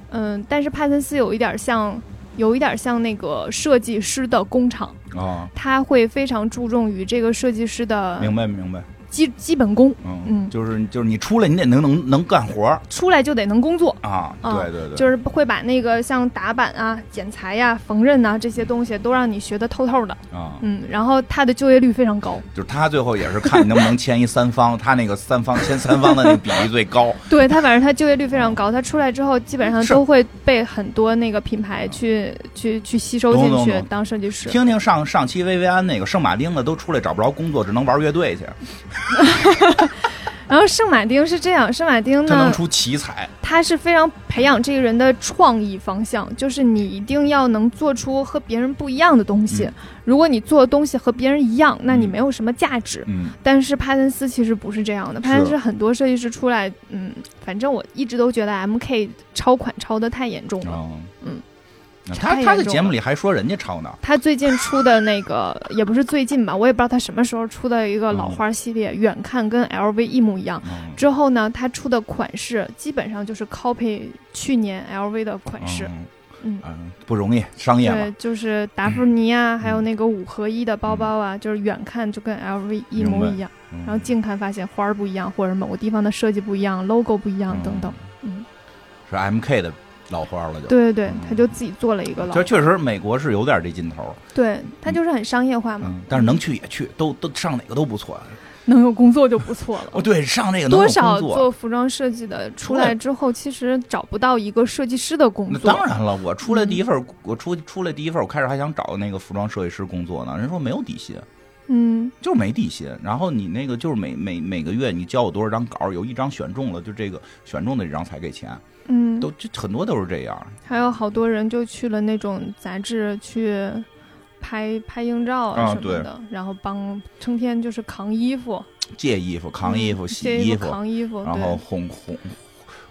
嗯，但是帕森斯有一点像，有一点像那个设计师的工厂，啊，他会非常注重于这个设计师的明白明白，基基本功，嗯，呃嗯就是就是你出来你得能能能干活儿出来就得能工作。啊，啊对对对，就是会把那个像打板啊、剪裁呀、缝纫呐、啊这些东西都让你学得透透的，啊，嗯，然后他的就业率非常 高，就是他最后也是看你能不能签一三方，他那个三方签三方的那个比例最高，对他反正他就业率非常高，他出来之后基本上是都会被很多那个品牌去去去吸收懂进懂去懂当设计师，听听上上期薇薇安那个圣马丁的都出来找不着工作，只能玩乐队去，然后圣马丁是这样，圣马丁他能呢，出奇才，他是非常培养这个人的创意方向，就是你一定要能做出和别人不一样的东西，嗯如果你做的东西和别人一样，那你嗯没有什么价值，嗯，但是帕森斯其实不是这样的，帕森斯很多设计师出来，嗯，反正我一直都觉得 M K 抄款抄的太严重了。哦嗯。那太他严他在重节目了里还说人家抄呢，他最近出的那个也不是最近吧，我也不知道他什么时候出的一个老花系列，远看跟 L V 一模一样。嗯，之后呢，他出的款式基本上就是 copy 去年 L V 的款式，嗯嗯，嗯，不容易，商业嘛对，，嗯就是达芙妮啊，还有那个五合一的包包啊，就是远看就跟 L V 一模一样，嗯然后近看发现花儿不一样，或者某个地方的设计不一样，logo 不一样等哦等。嗯，是 M K 的老花了就。对对对嗯，他就自己做了一个老这，确实，美国是有点这劲头儿，对他就是很商业化嘛，嗯，但是能去也去，都都上哪个都不错。能有工作就不错哦，了。对，上那个能多有工作少做服装设计的出来之后，其实找不到一个设计师的工那作。当，然了，我出来第一份儿，嗯我出出来第一份儿，我开始还想找那个服装设计师工作呢，人说没有底薪，嗯，就是没底薪。然后你那个就是每每每个月你交我多少张稿，有一张选中了，就这个选中的这张才给钱，嗯，都就很多都是这样。还有好多人就去了那种杂志去拍拍硬照啊什么的，然后帮成天就是扛衣服、借衣服、扛衣服、嗯洗借衣衣服，扛衣服，然后对，哄哄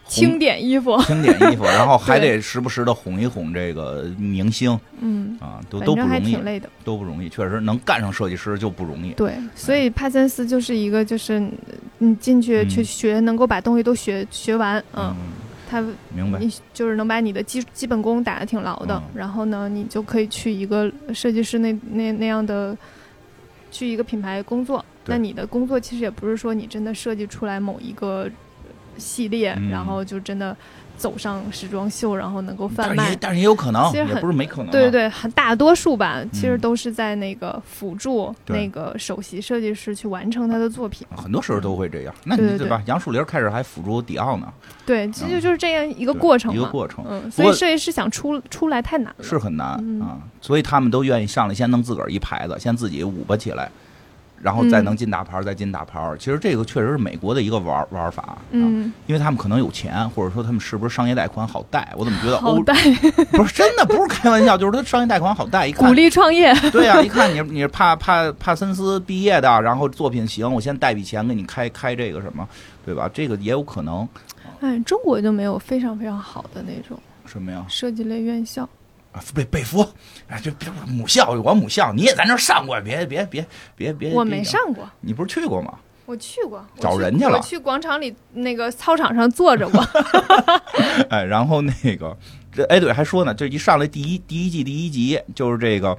清哄点衣服，清点衣服， 然后还对得时不时的哄一哄这个明星嗯，啊，都反都不正还容易挺，累的。都不容易，确实能干上设计师就不容易。对，所以帕森斯就是一个，就是你进去嗯去学，能够把东西都学学完，嗯，嗯，他明白。你就是能把你的基基本功打得挺牢的，嗯然后呢，你就可以去一个设计师那那那样的，去一个品牌工作。对那你的工作其实也不是说你真的设计出来某一个系列，嗯然后就真的走上时装秀，然后能够贩但是卖也。但是也有可能，其也实很不是没可能啊。对对对，很大多数吧，其实嗯都是在那个辅助对啊那个首席设计师去完成他的作品。很多时候都会这样。那对你对对吧？杨树林开始还辅助迪奥呢，对，其实嗯就是这样一个对过程一嘛。个过程嗯，不所过以设计师想出出来太难了。是很难啊嗯啊，所以他们都愿意上来先弄自个儿一牌子，先自己捂吧起来，然后再嗯能进大牌儿，再进大牌儿。其实这个确实是美国的一个玩儿玩儿法，啊，嗯，因为他们可能有钱，或者说他们是不是商业贷款好贷？我怎么觉得好欧贷，不是真的不是开玩笑，就是他商业贷款好贷，一 看鼓励创业，对啊呀、一看你你是帕帕帕森斯毕业的，然后作品行，我先贷笔钱给你开开这个什么，对吧？这个也有可能哎，中国就没有非常非常好的那种什么呀？设计类院校。啊，贝贝夫，哎，就别母校，我母校，你也咱这儿上过，别别别别别，我别没讲，上过，你不是去过吗？我去过，我找人去了我去广场里那个操场上坐着 过。哎，然后那个这哎对，还说呢，这一上来第一第一季第一集就是这个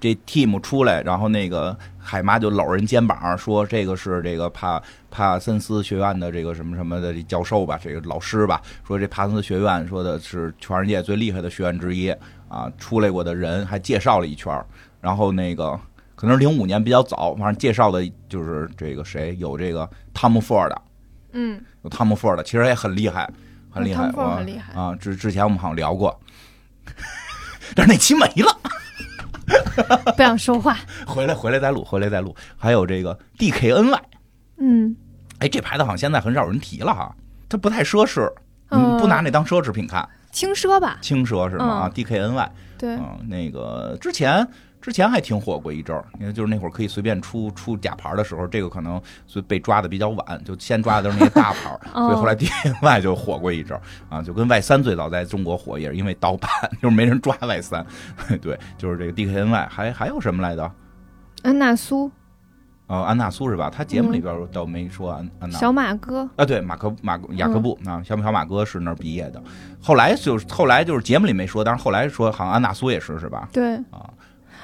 这 team 出来，然后那个海妈就搂人肩膀说这个是这个帕帕森斯学院的这个什么什么的教授吧，这个老师吧，说这帕森斯学院说的是全世界最厉害的学院之一啊，出来过的人还介绍了一圈儿，然后那个。可能是零五年比较早，反正介绍的就是这个谁有这个汤姆·福尔的，嗯，有汤姆·福尔的，其实也很厉害，很厉害，汤姆福尔我很厉害啊！之之前我们好像聊过， 但是那期没了，不想说话。回来回来再录，回来再录。还有这个 DKNY，嗯，哎，这牌子好像现在很少有人提了哈，它不太奢侈，嗯，嗯不拿那当侈侈品看，轻奢吧？轻奢是吗？嗯啊，DKNY，对，嗯，那个之前。之前还挺火过一阵儿，因为就是那会儿可以随便出出假牌的时候，这个可能所以被抓的比较晚，就先抓的都是那些大牌儿，所以后来 DKNY 就火过一阵儿啊，就跟 Y 三最早在中国火也是因为盗版，就是没人抓 Y 三， 对，就是这个 DKNY 还还有什么来着？安娜苏、呃，安娜苏是吧？他节目里边儿倒没说安安娜小马哥，啊，对，马克马克雅各布、啊，小小马哥是那儿毕业的，后来就是后来就是节目里没说，但是后来说好像安娜苏也是是吧？对啊，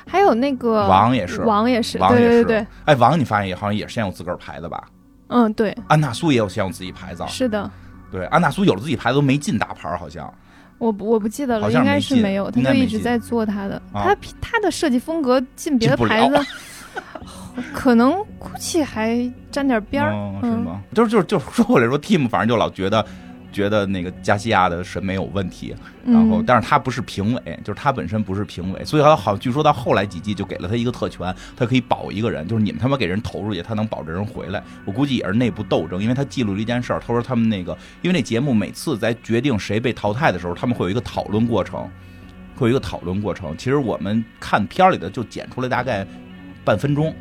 还有那个王也是，王也是，王对也对是，对对，哎，王你发现也好像也是先有自个儿牌子吧？嗯，对，安娜苏也有先有自己牌子，啊是的，对，安娜苏有了自己牌子都没进大牌儿好像。我不我不记得好了，像应该没是进没有，他应该就一没直进在做他的，啊他他的设计风格进别的进不了牌子，可能估计还沾点边儿，哦，是嗯吗？就是就是就是说回来说，Team 反正就老觉得觉得那个加西亚的审美有问题，然后嗯但是他不是评委，就是他本身不是评委，所以他好据说到后来几季就给了他一个特权，他可以保一个人，就是你们他妈给人投出去，他能保这人回来。我估计也是内部斗争，因为他记录了一件事儿，他说他们那个因为那节目每次在决定谁被淘汰的时候，他们会有一个讨论过程。会有一个讨论过程，其实我们看片儿里的就剪出来大概半分钟，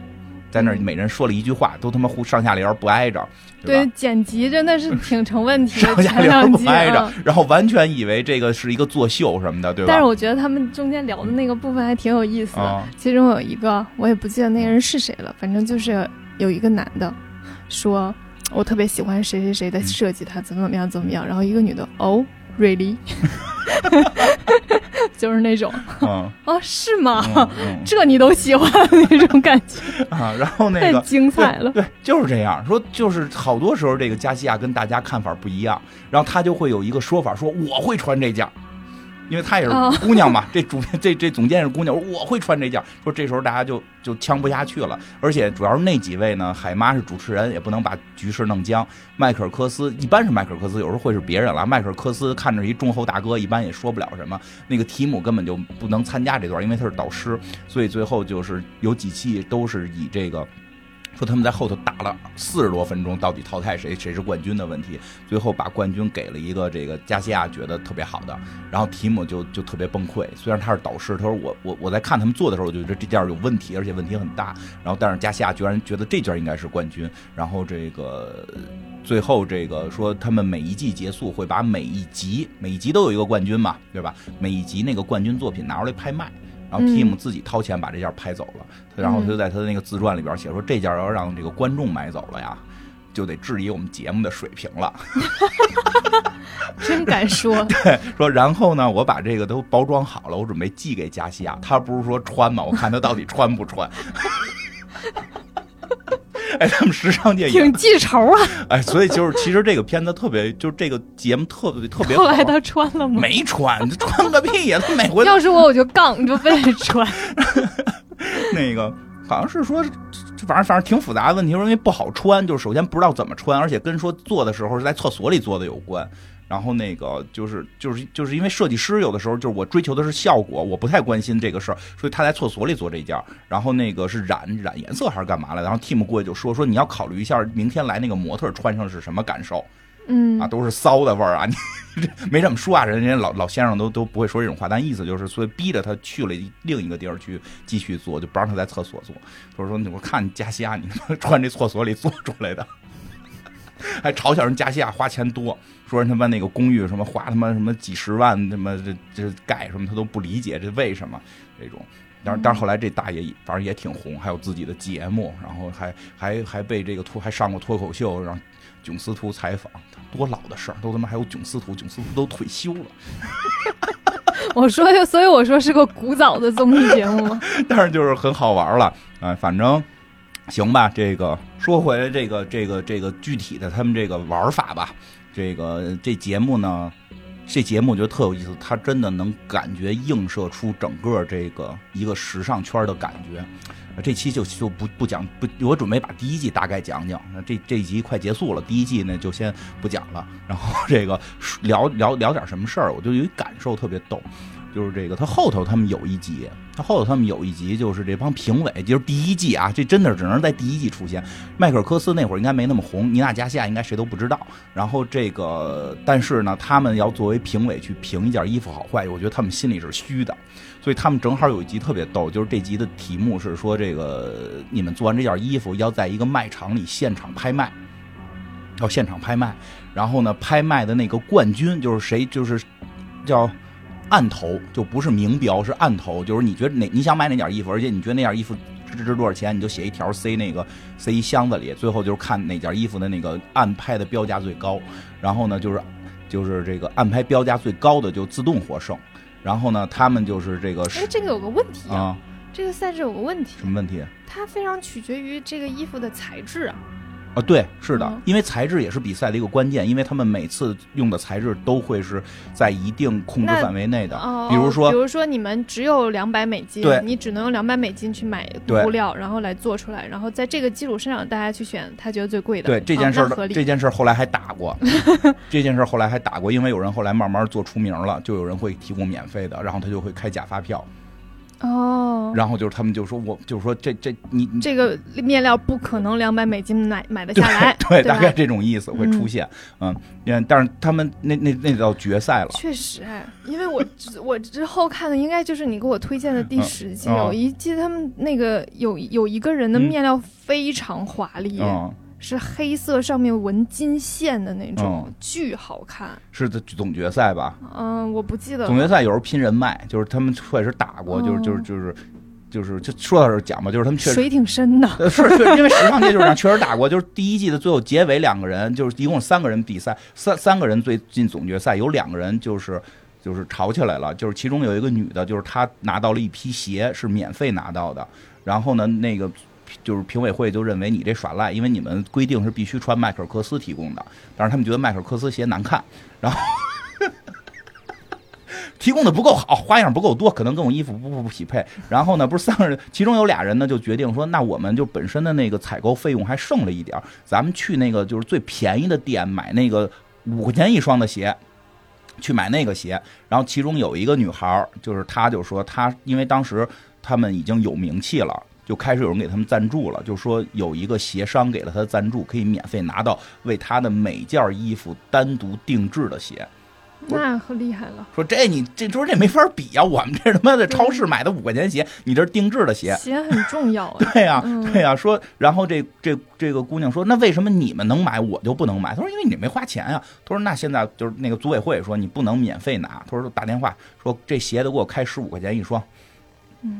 在那儿嗯每人说了一句话，都他妈互上下联儿不挨着，吧？对剪辑真的是挺成问题的，上下前联儿两不集挨着嗯，然后完全以为这个是一个作秀什么的，对吧？但是我觉得他们中间聊的那个部分还挺有意思的，啊其中有一个我也不记得那个人是谁了，反正就是有一个男的说，我特别喜欢谁谁谁的设计，他嗯怎么怎么样怎么样，然后一个女的哦，really，就是那种嗯哦是吗？嗯嗯这你都喜欢那种感觉，啊，然后 那太个。精彩 了。对，对，就是这样说，就是好多时候这个加西亚跟大家看法不一样，然后他就会有一个说法，说我会穿这件儿，因为他也哦是姑娘嘛， 这主这这总监是姑娘，我会穿这件儿，说这时候大家就就呛不下去了，而且主要是那几位呢，海妈是主持人，也不能把局势弄僵，迈克尔科斯一般是迈克尔科斯，有时候会是别人了，迈克尔科斯看着一忠厚大哥，一般也说不了什么，那个提姆根本就不能参加这段，因为他是导师，所以最后就是有几期都是以这个。说他们在后头打了四十多分钟，到底淘汰谁谁是冠军的问题，最后把冠军给了一个这个加西亚觉得特别好的，然后提姆就就特别崩溃。虽然他是导师，他说我我我在看他们做的时候，我就觉得这件儿有问题，而且问题很大。然后但是加西亚居然觉得这件儿应该是冠军，然后这个最后这个说他们每一季结束会把每一集每一集都有一个冠军嘛，对吧？每一集那个冠军作品拿出来拍卖，然后嗯提姆自己掏钱把这件儿拍走了，他然后他就在他的那个自传里边写说这件儿要让这个观众买走了呀。就得质疑我们节目的水平了，真敢 说，说然后呢，我把这个都包装好了，我准备寄给加西亚。他不是说穿吗？我看他到底穿不穿。 哎，他们时尚界也挺记仇啊！哎，所以就是其实这个片子特别，就是这个节目特别特别啊好后。来他穿了吗？没穿，穿个屁呀！他每回都要是我，我就杠，就非得 穿。那个好像是说，反正反正挺复杂的问题，说因为不好穿，就是首先不知道怎么穿，而且跟说做的时候是在厕所里做的有关。然后那个就是就是就是因为设计师有的时候就是我追求的是效果，我不太关心这个事儿，所以他在厕所里做这一件儿，然后那个是染染颜色还是干嘛了？然后 Tim 过去就说说你要考虑一下明天来那个模特儿穿上是什么感受嗯啊，都是骚的味儿啊，你 这没这么说啊，人家老老先生都都不会说这种话，但意思就是所以逼着他去了一另一个地儿去继续做，就不让他在厕所做，就是说我看加西亚你他妈穿这厕所里做出来的。 还嘲笑人加西亚花钱多，说人他妈那个公寓什么花他妈什么几十万，他妈这这盖什么他都不理解这为什么这种。但是但是后来这大爷也反正也挺红，还有自己的节目，然后还还还被这个脱还上过脱口秀，让囧司徒采访，多老的事儿，都他妈还有囧司徒，囧司徒都退休了。 我说就，所以我说是个古早的综艺节目嘛。但是就是很好玩了，啊、反正行吧。这个说回来，这个这个这个具体的他们这个玩法吧，这个这节目呢，这节目我觉得特有意思，它真的能感觉映射出整个这个一个时尚圈的感觉。啊这期就就不不讲不，我准备把第一季大概讲讲。那这这一集快结束了，第一季呢就先不讲了。然后这个聊聊聊点什么事儿，我就有一感受特别逗，就是这个他后头他们有一集，他后头他们有一集就是这帮评委，就是第一季啊，这真的只能在第一季出现。迈克尔·科斯那会儿应该没那么红，妮娜·加西亚应该谁都不知道。然后这个，但是呢，他们要作为评委去评一件衣服好坏，我觉得他们心里是虚的，所以他们正好有一集特别逗，就是这集的题目是说这个你们做完这件衣服要在一个卖场里现场拍卖，要现场拍卖。然后呢，拍卖的那个冠军就是谁，就是叫暗投，就不是明标，是暗投，就是你觉得哪你想买哪件衣服，而且你觉得那件衣服值值多少钱，你就写一条塞那个塞一箱子里，最后就是看哪件衣服的那个暗拍的标价最高，然后呢就是就是这个暗拍标价最高的就自动获胜，然后呢他们就是这个哎， 是这个有个问题啊，啊这个赛制有个问题什，么问题它非常取决于这个衣服的材质啊。啊？对，是的嗯，因为材质也是比赛的一个关键，因为他们每次用的材质都会是在一定控制那范围内的哦，，比如说比如说你们只有两百美金对，你只能用两百美金去买对布料，然后来做出来，然后在这个基础上，大家去选他觉得最贵的。对这件事儿哦那的、合理这件事儿后来还打 过，这件事儿后来还打过，因为有人后来慢慢做出名了，就有人会提供免费的，然后他就会开假发票，哦。然后就是他们就说我就是说这这你你这个面料不可能两百美金买买得下来， 对吧大概这种意思会出现，嗯，嗯但是他们那那那到决赛了。确实哎，因为我我之后看的应该就是你给我推荐的第十季，嗯嗯我一季他们那个有有一个人的嗯面料非常华丽，嗯，是黑色上面纹金线的那种，嗯巨好看。是总决赛吧？嗯，我不记得总决赛有时候拼人脉，就是他们确实打过，就是就是哦就是就是就说到这儿讲吧，就是他们确实水挺深的，呃，是，对，因为时尚界就是这样，确实打过。就是第一季的最后结尾，两个人就是一共三个人比赛，三三个人最进总决赛，有两个人就是就是吵起来了。就是其中有一个女的，就是她拿到了一批鞋是免费拿到的，然后呢，那个就是评委会就认为你这耍赖，因为你们规定是必须穿迈克尔科斯提供的，但是他们觉得迈克尔科斯鞋难看，然后提供的不够好，花样不够多，可能跟我衣服不不不匹配。然后呢，不是三个人，其中有俩人呢就决定说，那我们就本身的那个采购费用还剩了一点儿，咱们去那个就是最便宜的店买那个五块钱一双的鞋。去买那个鞋，然后其中有一个女孩儿，就是她就说她，因为当时他们已经有名气了，就开始有人给他们赞助了，就说有一个鞋商给了她赞助，可以免费拿到为她的每件衣服单独定制的鞋。不是那可厉害了。说这你这说这没法比呀、我们这他妈的超市买的五块钱鞋，你这是定制的鞋。鞋很重要哎， 对呀、啊嗯对呀、说，然后这这这个姑娘说，那为什么你们能买，我就不能买？她说，因为你没花钱呀、啊她说，那现在就是那个组委会说你不能免费拿，她说打电话说这鞋都给我开十五块钱一双，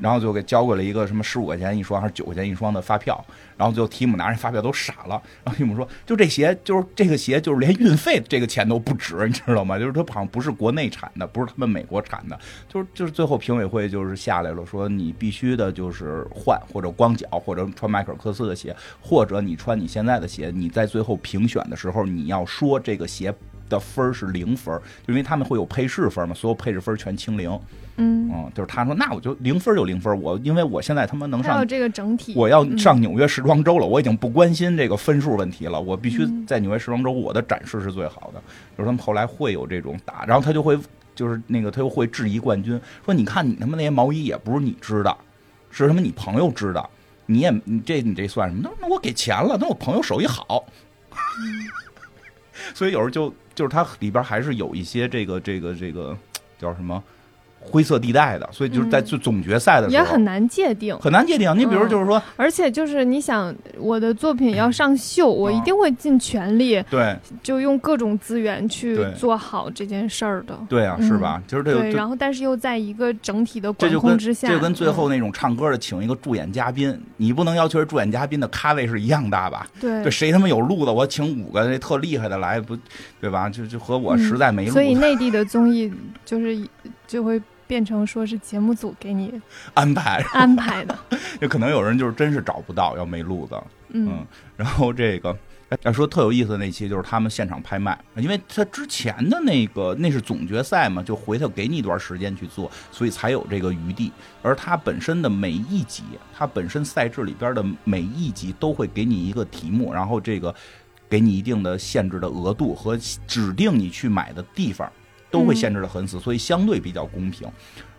然后就给交过来一个什么十五块钱一双还是九块钱一双的发票，然后最后提姆拿着发票都傻了，然后提姆说，就这鞋就是这个鞋就是连运费这个钱都不值，你知道吗？就是它好像不是国内产的，不是他们美国产的，就是就是最后评委会就是下来了，说你必须的就是换或者光脚或者穿迈克尔科斯的鞋，或者你穿你现在的鞋，你在最后评选的时候你要说这个鞋的分儿是零分儿，就因为他们会有配饰分儿嘛，所有配饰分儿全清零。嗯，嗯，就是他说那我就零分儿就零分儿，我因为我现在他妈能还有上。这个整体，我要嗯上纽约时装周了，我已经不关心这个分数问题了，我必须嗯在纽约时装周我的展示是最好的。就是他们后来会有这种打，然后他就会就是那个他又会质疑冠军，说你看你他妈那些毛衣也不是你织的，是他妈你朋友织的，你也你这你这算什么？那那我给钱了，那我朋友手艺好，嗯 所以有时候就就是它里边还是有一些这个这个这个叫什么灰色地带的，所以就是在嗯就总决赛的时也候、很难界定。很难界定。啊你比如嗯就是说，而且就是你想，我的作品要上秀，我嗯一定会尽全力，对就用各种资源去对做好这件事儿的。对啊，是吧？就是这嗯个对，这然后但是又在一个整体的这管就控跟之下，嗯这就跟最后那种唱歌的请一个助演嘉宾，你不能要求这助演嘉宾的咖位是一样大吧？嗯对，对。谁他妈有路子，我请五个那特厉害的来，不对吧？就就和嗯我实在没路所以子内地的综艺就是就会变成说是节目组给你 安排，安排 的，就可能有人就是真是找不到，要没路子，嗯然后这个哎要说特有意思的那期就是他们现场拍卖，因为他之前的那个那是总决赛嘛，就回头给你一段时间去做，所以才有这个余地。而它本身的每一集，它本身赛制里边的每一集都会给你一个题目，然后这个给你一定的限制的额度和指定你去买的地方，都会限制的很死，所以相对比较公平。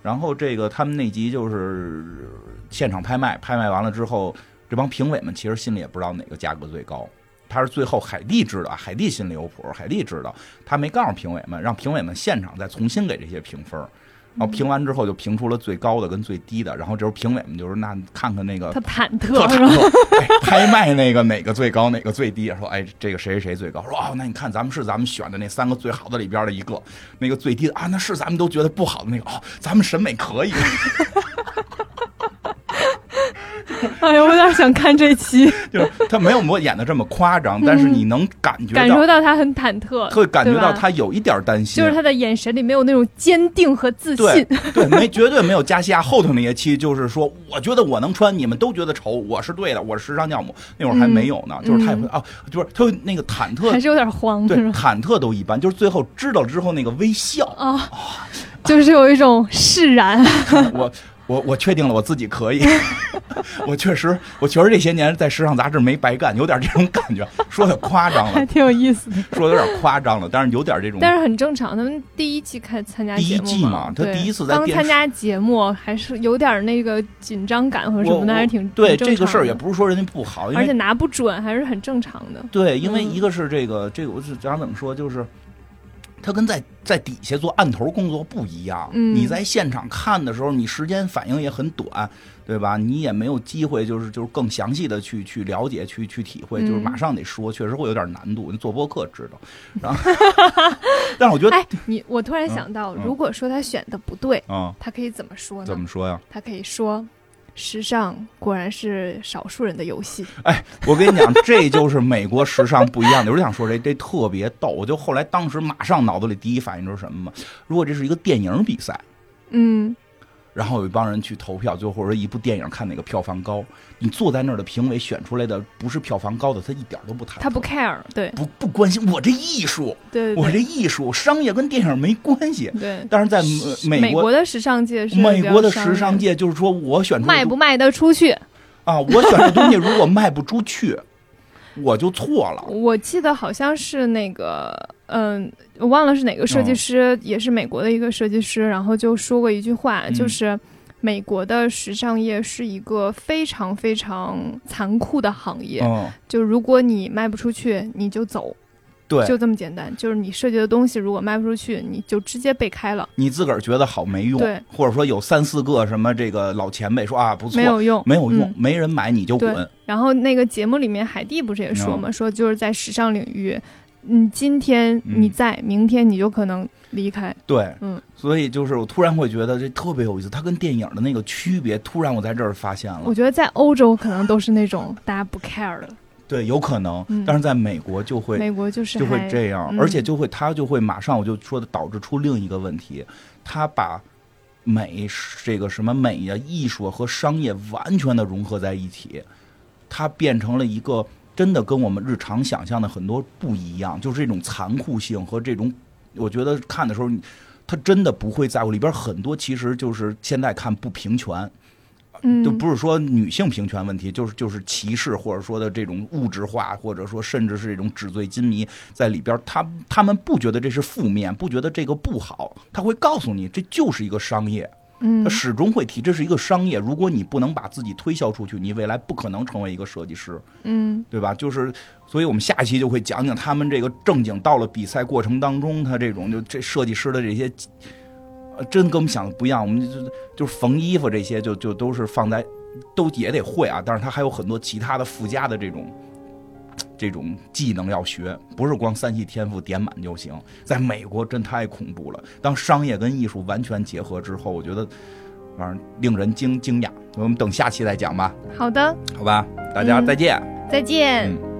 然后这个他们那集就是现场拍卖，拍卖完了之后，这帮评委们其实心里也不知道哪个价格最高。他是最后海蒂知道，海蒂心里有谱，海蒂知道，他没告诉评委们，让评委们现场再重新给这些评分儿。然后评完之后就评出了最高的跟最低的，然后这时候评委们就是那看看那个他忐呃特忑是忐吧？忑，哎，拍卖那个哪个最高，哪个最低？说，哎，这个谁谁谁最高？说，哦，那你看咱们是咱们选的那三个最好的里边的一个，那个最低的啊，那是咱们都觉得不好的那个，哦，咱们审美可以。 哎呀，我有点想看这期，就是他没有我演的这么夸张，但是你能感嗯觉感到受，到他很忐忑，会感觉对到吧他有一点担心，就是他的眼神里没有那种坚定和自对信。对，没绝对没有加西亚后头那些期，就是说，我觉得我能穿，你们都觉得丑，我是对的，我是时尚教母。那会儿还没有呢，嗯就是他也会嗯啊，就是他会那个忐忑还，是有点慌，对是吧？忐忑都一般，就是最后知道之后那个 微笑，啊，就是有一种释然。嗯我。我我确定了，我自己 可以。我确实，我确实这些年在时尚杂志没白干，有点这种感觉。说的夸张还 了，挺有意思的，说的有点夸张了，但是有点这种。但是很正常。他们第一期开参加第一节目季嘛他对第一次在刚电参视加节目，还是有点那个紧张感或者什我么的，我还是挺对挺正这个事儿也常的不是说人家不好，因而且为拿不准还是很正常的。对，因为嗯一个是这个这个，我是想怎么说，就是他跟在在底下做案头工作不一样。嗯你在现场看的时候，你时间反应也很短，对吧？你也没有机会，就是就是更详细的去去了解、去去体会，就是嗯马上得说，确实会有点难度。你做播客知道，然后， 但是我觉得，哎，你我突然想到，嗯如果说他选的不对，嗯，他可以怎么说怎呢？么说呀？他可以说。时尚果然是少数人的游 戏，我跟你讲，这就是美国时尚不一样的。我就想说这这特别逗，我就后来当时马上脑子里第一反应就是什么嘛？如果这是一个电影比赛。嗯，然后有一帮人去投票，最后说一部电影看哪个票房高，你坐在那儿的评委选出来的不是票房高的，他一点都不谈，他不 care，对不不关心我这艺术，对我对这艺术商业跟电影没关系。对。但是在美美国的时尚界是比美较国的商时业尚界，就是说我选出的卖不卖得出去？啊，我选的东西如果卖不出去，我就错了。我记得好像是那个，嗯，我忘了是哪个设计师，也是美国的一个设计师，然后就说过一句话，嗯就是美国的时尚业是一个非常非常残酷的行业，嗯，就如果你卖不出去，你就走，对，就这么简单。就是你设计的东西如果卖不出去，你就直接被开了，你自个儿觉得好没用对，或者说有三四个什么这个老前辈说啊不错，没有用。没有用，嗯没人买你就对滚。然后那个节目里面，海蒂不是也嗯说嘛，说就是在时尚领域，嗯，今天你嗯在，明天你就可能离开。对，嗯，所以就是我突然会觉得这特别有意思，它跟电影的那个区别，突然我在这儿发现了我。觉得在欧洲可能都是那种大家不 care 的，对，有可能嗯，但是在美国就会美国就是就会还这样，嗯而且就会它就会马上我就说的导致出另一个问题，它把美这个什么美呀、艺术和商业完全的融合在一起，它变成了一个。这真的跟我们日常想象的很多不一样，就是这种残酷性和这种，我觉得看的时候，你他真的不会在乎里边很多，其实就是现在看不平权，嗯，就不是说女性平权问题，就是就是歧视或者说的这种物质化，或者说甚至是这种纸醉金迷在里边，他他们不觉得这是负面，不觉得这个不好，他会告诉你这就是一个商业，嗯他始终会提这是一个商业，如果你不能把自己推销出去，你未来不可能成为一个设计师，嗯对吧？就是，所以我们下期就会讲讲他们这个正经到了比赛过程当中，他这种就这设计师的这些，呃，真跟我们想的不一样。我们就就是缝衣服这些就，就都是放在都也得会啊，但是他还有很多其他的附加的这种。这种技能要学，不是光三系天赋点满就行。在美国真太恐怖了。当商业跟艺术完全结合之后，我觉得，反正令人惊惊讶。我们等下期再讲吧，好的，好吧？大家嗯再见。再见。嗯